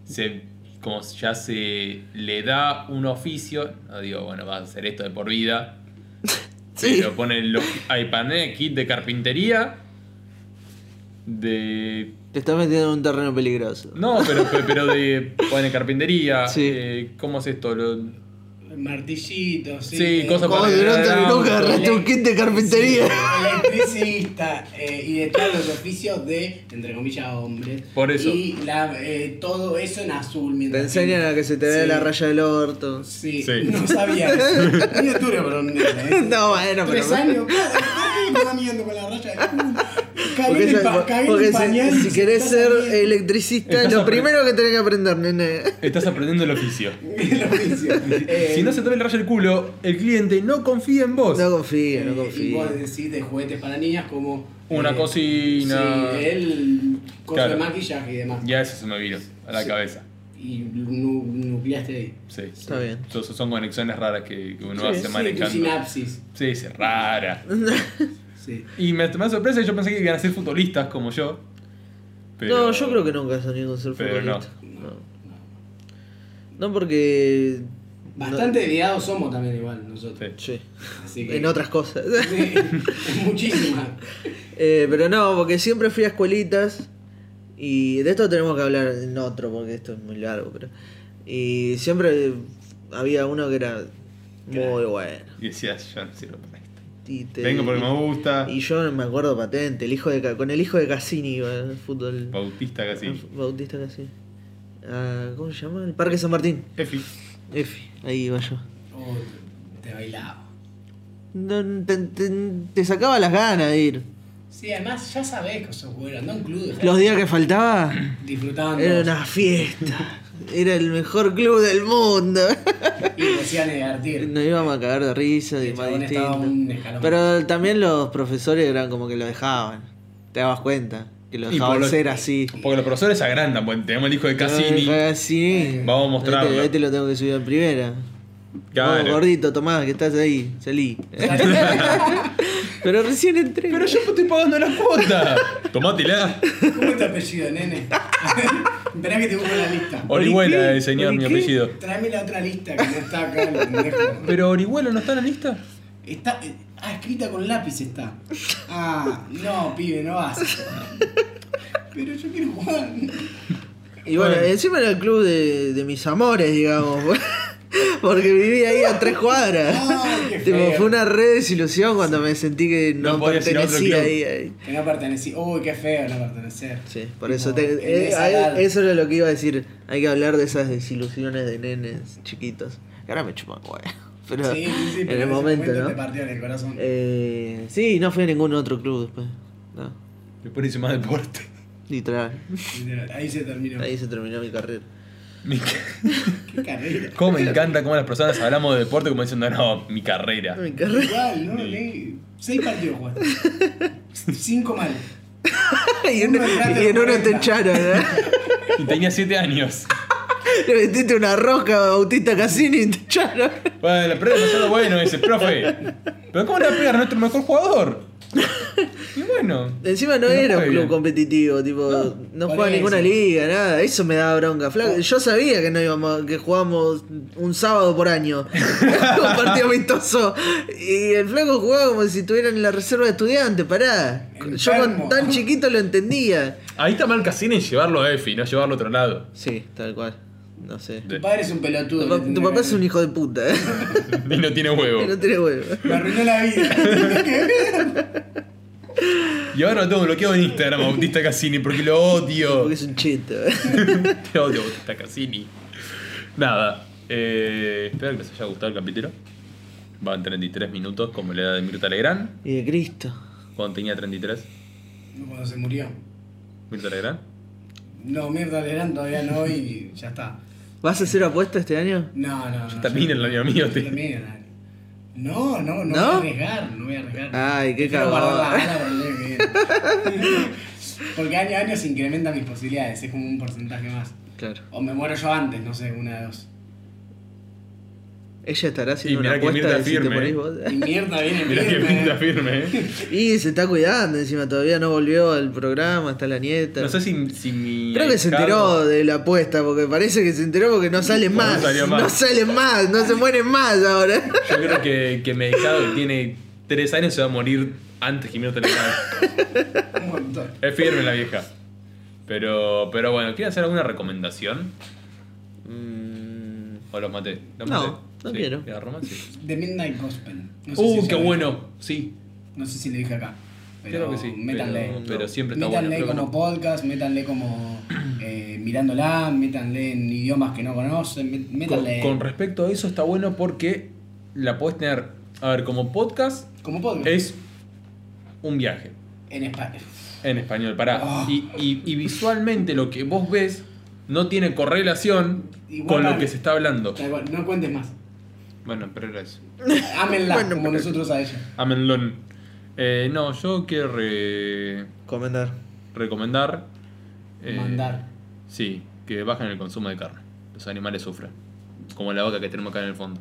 [SPEAKER 2] se, como ya se le da un oficio, no digo, bueno, vas a hacer esto de por vida,
[SPEAKER 4] Sí.
[SPEAKER 2] pero ponen los hay pané, kit de carpintería, de...
[SPEAKER 4] Te estás metiendo en un terreno peligroso.
[SPEAKER 2] No, pero, pe- pero de... Ponen carpintería,
[SPEAKER 4] Sí.
[SPEAKER 2] eh, ¿cómo es esto? Lo-
[SPEAKER 3] Martillitos, sí. eh,
[SPEAKER 2] Sí, cosas
[SPEAKER 4] Como
[SPEAKER 2] para
[SPEAKER 4] si no
[SPEAKER 2] arreglar
[SPEAKER 4] te-
[SPEAKER 2] autos.
[SPEAKER 4] nunca agarraste un kit de carpintería.
[SPEAKER 3] electricista eh, y de todos los oficios de, entre comillas, hombres.
[SPEAKER 2] Por eso.
[SPEAKER 3] Y la, eh, todo eso en azul.
[SPEAKER 4] Te
[SPEAKER 3] mientras
[SPEAKER 4] enseñan a que se te vea
[SPEAKER 3] Sí,
[SPEAKER 4] la raya del orto.
[SPEAKER 3] Sí,
[SPEAKER 2] Sí.
[SPEAKER 3] no sabía. Muy duro para un nene, ¿eh?
[SPEAKER 4] No, bueno,
[SPEAKER 3] Tres
[SPEAKER 4] pero.
[SPEAKER 3] años, claro, ¿por qué me estaba mirando con la raya? Cagué
[SPEAKER 4] Porque,
[SPEAKER 3] en el
[SPEAKER 4] esa-
[SPEAKER 3] pa- cagué en
[SPEAKER 4] porque
[SPEAKER 3] el
[SPEAKER 4] si-
[SPEAKER 3] pañal,
[SPEAKER 4] si, querés
[SPEAKER 3] estás
[SPEAKER 4] ser
[SPEAKER 3] saliendo.
[SPEAKER 4] electricista,
[SPEAKER 2] Estás
[SPEAKER 4] lo
[SPEAKER 2] apre-
[SPEAKER 4] primero que tenés que aprender, nene.
[SPEAKER 2] Estás aprendiendo el oficio.
[SPEAKER 3] El oficio. Eh,
[SPEAKER 2] Si no se toma el rayo el culo, el cliente no confía en vos.
[SPEAKER 4] No confía,
[SPEAKER 3] eh,
[SPEAKER 4] no
[SPEAKER 3] Y vos
[SPEAKER 4] confía.
[SPEAKER 3] decís de juguetes para niñas como.
[SPEAKER 2] Una
[SPEAKER 3] eh,
[SPEAKER 2] cocina.
[SPEAKER 3] Sí, el coso
[SPEAKER 2] Claro.
[SPEAKER 3] de maquillaje y demás.
[SPEAKER 2] Ya eso se me vino a la
[SPEAKER 3] Sí.
[SPEAKER 2] cabeza.
[SPEAKER 3] Y nu- nucleaste ahí.
[SPEAKER 2] Sí.
[SPEAKER 4] Está bien.
[SPEAKER 2] So- so- son conexiones raras que, que uno
[SPEAKER 4] Sí,
[SPEAKER 2] hace
[SPEAKER 4] sí,
[SPEAKER 3] Sí, tu
[SPEAKER 2] manejando.
[SPEAKER 3] sinapsis.
[SPEAKER 2] Sí, es rara.
[SPEAKER 3] Sí.
[SPEAKER 2] Y me tomé sorpresa y yo pensé que iban a ser futbolistas como yo. Pero...
[SPEAKER 4] No, yo creo que nunca soñé con ser
[SPEAKER 2] pero no.
[SPEAKER 4] futbolista. No. No, porque.
[SPEAKER 3] Bastante desviados somos también igual nosotros.
[SPEAKER 2] Sí.
[SPEAKER 4] Sí.
[SPEAKER 3] Así que-
[SPEAKER 4] En otras cosas.
[SPEAKER 3] Sí, muchísimas.
[SPEAKER 4] Eh, pero no, porque siempre fui a escuelitas. Y de esto tenemos que hablar en otro, porque esto es muy largo. pero Y siempre había uno que era muy bueno.
[SPEAKER 2] Y decías, yo no sirvo para esto.
[SPEAKER 4] Y te-
[SPEAKER 2] Vengo porque me gusta.
[SPEAKER 4] Y yo me acuerdo patente, el hijo de Ca- con el hijo de Cassini iba al fútbol.
[SPEAKER 2] Bautista casi.
[SPEAKER 4] Bautista Cassini. Ah, ¿Cómo se llama? El Parque San Martín.
[SPEAKER 2] Efi.
[SPEAKER 4] Efi, ahí iba yo.
[SPEAKER 3] Oh, te- te bailaba.
[SPEAKER 4] No, Te, te- te sacaba las ganas de ir.
[SPEAKER 3] Sí, además ya sabés que sos bueno, andá a un club. dejá-
[SPEAKER 4] Los días que faltaba
[SPEAKER 3] Disfrutaban
[SPEAKER 4] era
[SPEAKER 3] todos
[SPEAKER 4] una fiesta. Era el mejor club del mundo.
[SPEAKER 3] y te hacían divertir.
[SPEAKER 4] Nos íbamos a cagar de risa
[SPEAKER 3] El
[SPEAKER 4] y más
[SPEAKER 3] chabón estaba un
[SPEAKER 4] distinto.
[SPEAKER 3] escalón.
[SPEAKER 4] Pero también los profesores eran como que lo dejaban. Te dabas cuenta que lo
[SPEAKER 2] Y
[SPEAKER 4] dejaban
[SPEAKER 2] por lo-
[SPEAKER 4] ser así.
[SPEAKER 2] Porque los profesores agrandan. Bueno, tenemos el hijo de Cassini.
[SPEAKER 4] Cassini.
[SPEAKER 2] Vamos a mostrarlo.
[SPEAKER 4] Este, este lo tengo que subir en primera. Vamos,
[SPEAKER 2] Claro.
[SPEAKER 4] gordito, Tomás, que estás ahí. Salí. Pero recién entré.
[SPEAKER 2] Pero yo estoy pagando la cuota. Tomátela.
[SPEAKER 3] ¿Cómo es tu apellido, nene? Esperá que te busco la lista.
[SPEAKER 2] Orihuela,
[SPEAKER 4] qué?
[SPEAKER 2] el señor,
[SPEAKER 4] ¿Ori
[SPEAKER 2] mi
[SPEAKER 4] qué?
[SPEAKER 2] apellido.
[SPEAKER 3] Tráeme la otra lista que no está acá, el pendejo.
[SPEAKER 2] Pero Orihuela no está en la lista.
[SPEAKER 3] Está. Ah, escrita con lápiz está. Ah, no, pibe, no vas. Pero yo quiero jugar.
[SPEAKER 4] Y bueno,
[SPEAKER 2] Bueno.
[SPEAKER 4] encima era el club de, de mis amores, digamos. Porque vivía ahí a tres cuadras.
[SPEAKER 3] Ay, Ah, qué
[SPEAKER 4] Tipo,
[SPEAKER 3] feo.
[SPEAKER 4] fue una re desilusión cuando me sentí que
[SPEAKER 2] No
[SPEAKER 4] no,
[SPEAKER 2] podías ir a otro
[SPEAKER 4] pertenecía
[SPEAKER 2] club.
[SPEAKER 4] ahí, ahí.
[SPEAKER 3] Que no pertenecí. Uy, qué feo no pertenecer.
[SPEAKER 4] Sí, por
[SPEAKER 3] Tipo,
[SPEAKER 4] eso.
[SPEAKER 3] en
[SPEAKER 4] te- eh,
[SPEAKER 3] esa
[SPEAKER 4] a-
[SPEAKER 3] edad.
[SPEAKER 4] eso era lo que iba a decir. Hay que hablar de esas desilusiones de nenes chiquitos. Que ahora me chupan, güey. Pero
[SPEAKER 3] Sí, sí, sí,
[SPEAKER 4] en
[SPEAKER 3] pero
[SPEAKER 4] el
[SPEAKER 3] ese
[SPEAKER 4] momento,
[SPEAKER 3] Te
[SPEAKER 4] ¿no?
[SPEAKER 3] partió en el corazón.
[SPEAKER 4] Eh, sí, no fui a ningún otro club después. No,
[SPEAKER 2] Después hice más deporte.
[SPEAKER 4] literal.
[SPEAKER 3] Literal, Ahí se terminó.
[SPEAKER 4] Ahí se terminó mi carrera.
[SPEAKER 2] Mi-
[SPEAKER 3] Qué carrera.
[SPEAKER 2] Cómo me encanta cómo las personas hablamos de deporte como diciendo, no, mi carrera.
[SPEAKER 4] Mi carrera.
[SPEAKER 3] Igual, ¿no? Le- Seis partidos jugaste. Cinco mal.
[SPEAKER 4] y en,
[SPEAKER 3] Uno atrás de
[SPEAKER 4] y en uno te
[SPEAKER 3] 40.
[SPEAKER 4] echaron, ¿eh?
[SPEAKER 2] Y tenía 7 años.
[SPEAKER 4] Le metiste una roca a Bautista Cassini y te echaron.
[SPEAKER 2] Bueno, pero era lo bueno ese, profe. Pero ¿cómo le va a pegar a nuestro mejor jugador? Y bueno.
[SPEAKER 4] Encima no,
[SPEAKER 2] No
[SPEAKER 4] era un
[SPEAKER 2] fue
[SPEAKER 4] club
[SPEAKER 2] bien.
[SPEAKER 4] competitivo, tipo, no,
[SPEAKER 3] por
[SPEAKER 4] jugaba
[SPEAKER 3] eso.
[SPEAKER 4] ninguna liga, nada, eso me daba bronca. Flaco, Yo sabía que no íbamos, que jugábamos un sábado por año, un partido amistoso. Y el flaco jugaba como si estuviera en la reserva de estudiantes, pará. Yo
[SPEAKER 3] Enfermo.
[SPEAKER 4] con tan chiquito lo entendía.
[SPEAKER 2] Ahí está mal Cassini en llevarlo a Efi, no llevarlo a otro lado.
[SPEAKER 4] Sí, tal cual. No sé.
[SPEAKER 2] De-
[SPEAKER 3] Tu padre es un
[SPEAKER 4] Tu,
[SPEAKER 3] pelotudo.
[SPEAKER 4] pa-
[SPEAKER 3] le
[SPEAKER 4] tu
[SPEAKER 3] tendrá
[SPEAKER 4] papá
[SPEAKER 3] que-
[SPEAKER 4] es un hijo de puta, eh.
[SPEAKER 2] Y no tiene
[SPEAKER 4] Que
[SPEAKER 2] huevo.
[SPEAKER 4] no tiene huevo.
[SPEAKER 3] Me arruinó la vida.
[SPEAKER 2] Y ahora lo tengo bloqueado en Instagram, a Bautista Cassini, porque lo odio.
[SPEAKER 4] Porque es un cheto. eh.
[SPEAKER 2] Te odio, Bautista Cassini. Nada. eh, espero que les haya gustado el capítulo. Van 33 minutos, como la edad de Mirta Legrand.
[SPEAKER 4] Y de Cristo.
[SPEAKER 2] Cuando tenía 33.
[SPEAKER 3] No, Cuando se murió.
[SPEAKER 2] Mirta Legrand.
[SPEAKER 3] No, mierda, Legrand todavía no y ya está.
[SPEAKER 4] ¿Vas a hacer apuesta este año?
[SPEAKER 3] No, no. no
[SPEAKER 2] también
[SPEAKER 3] yo-
[SPEAKER 2] el año mío,
[SPEAKER 3] yo
[SPEAKER 2] te-
[SPEAKER 3] también el año. No, no, no,
[SPEAKER 4] ¿No?
[SPEAKER 3] voy a arriesgar, no voy a arriesgar.
[SPEAKER 4] Ay, qué
[SPEAKER 3] Prefiero
[SPEAKER 4] cagón.
[SPEAKER 3] guardar la gana para el año que viene. Porque año a año se incrementan mis posibilidades, es como un porcentaje más.
[SPEAKER 4] Claro.
[SPEAKER 3] O me muero yo antes, no sé, una de dos.
[SPEAKER 4] Ella estará
[SPEAKER 2] Y
[SPEAKER 4] haciendo
[SPEAKER 2] mirá
[SPEAKER 4] una
[SPEAKER 2] que
[SPEAKER 4] apuesta
[SPEAKER 2] Mirta
[SPEAKER 4] de si te
[SPEAKER 2] firme,
[SPEAKER 4] morís
[SPEAKER 2] eh.
[SPEAKER 4] vos.
[SPEAKER 3] Y mierda viene
[SPEAKER 2] Mirá que
[SPEAKER 3] firme,
[SPEAKER 2] pinta
[SPEAKER 3] eh.
[SPEAKER 2] firme, eh.
[SPEAKER 4] Y se está cuidando, encima todavía no volvió al programa, está la nieta.
[SPEAKER 2] No sé si, si mi.
[SPEAKER 4] Creo que se enteró de la apuesta, porque parece que se enteró porque no salen
[SPEAKER 2] No
[SPEAKER 4] más.
[SPEAKER 2] salió más.
[SPEAKER 4] No salen más, no se mueren más ahora.
[SPEAKER 2] Yo creo que, que Medicado que tiene 3 años se va a morir antes que Mirta Legrand.
[SPEAKER 3] ¿eh? Un montón.
[SPEAKER 2] Es firme la vieja. Pero, pero bueno, ¿quieren hacer alguna recomendación?
[SPEAKER 4] Mm,
[SPEAKER 2] ¿O los maté? ¿Los
[SPEAKER 4] No,
[SPEAKER 2] maté?
[SPEAKER 4] no
[SPEAKER 2] Sí,
[SPEAKER 4] quiero.
[SPEAKER 2] ¿la Roma? Sí.
[SPEAKER 3] The Midnight Gospel. No sé
[SPEAKER 2] ¡Uh,
[SPEAKER 3] si
[SPEAKER 2] qué
[SPEAKER 3] saben.
[SPEAKER 2] bueno! Sí,
[SPEAKER 3] No sé si le dije acá. Pero
[SPEAKER 2] creo que sí.
[SPEAKER 3] Métanle.
[SPEAKER 2] Pero, pero siempre está bueno.
[SPEAKER 3] métanle
[SPEAKER 2] creo que
[SPEAKER 3] como
[SPEAKER 2] no.
[SPEAKER 3] podcast, métanle como eh, mirándola, métanle en idiomas que no conocen, mé-
[SPEAKER 2] Con,
[SPEAKER 3] métanle
[SPEAKER 2] con respecto a eso está bueno porque la podés tener, a ver, como podcast
[SPEAKER 3] como podcast.
[SPEAKER 2] es un viaje.
[SPEAKER 3] En español.
[SPEAKER 2] En español, pará.
[SPEAKER 3] Ah.
[SPEAKER 2] Y, y- y visualmente lo que vos ves no tiene correlación
[SPEAKER 3] Igual
[SPEAKER 2] con lo
[SPEAKER 3] vale.
[SPEAKER 2] que se está hablando.
[SPEAKER 3] Tal cual, no cuentes más.
[SPEAKER 2] Bueno, pero era eso.
[SPEAKER 3] Ámenla
[SPEAKER 4] Bueno,
[SPEAKER 3] como
[SPEAKER 4] pero-
[SPEAKER 3] nosotros a ella.
[SPEAKER 2] Amenlon. Eh, no, yo quiero re-
[SPEAKER 4] Comentar.
[SPEAKER 2] recomendar. eh,
[SPEAKER 3] Mandar.
[SPEAKER 2] Sí, que bajen el consumo de carne. Los animales sufren. Como la vaca que tenemos acá en el fondo.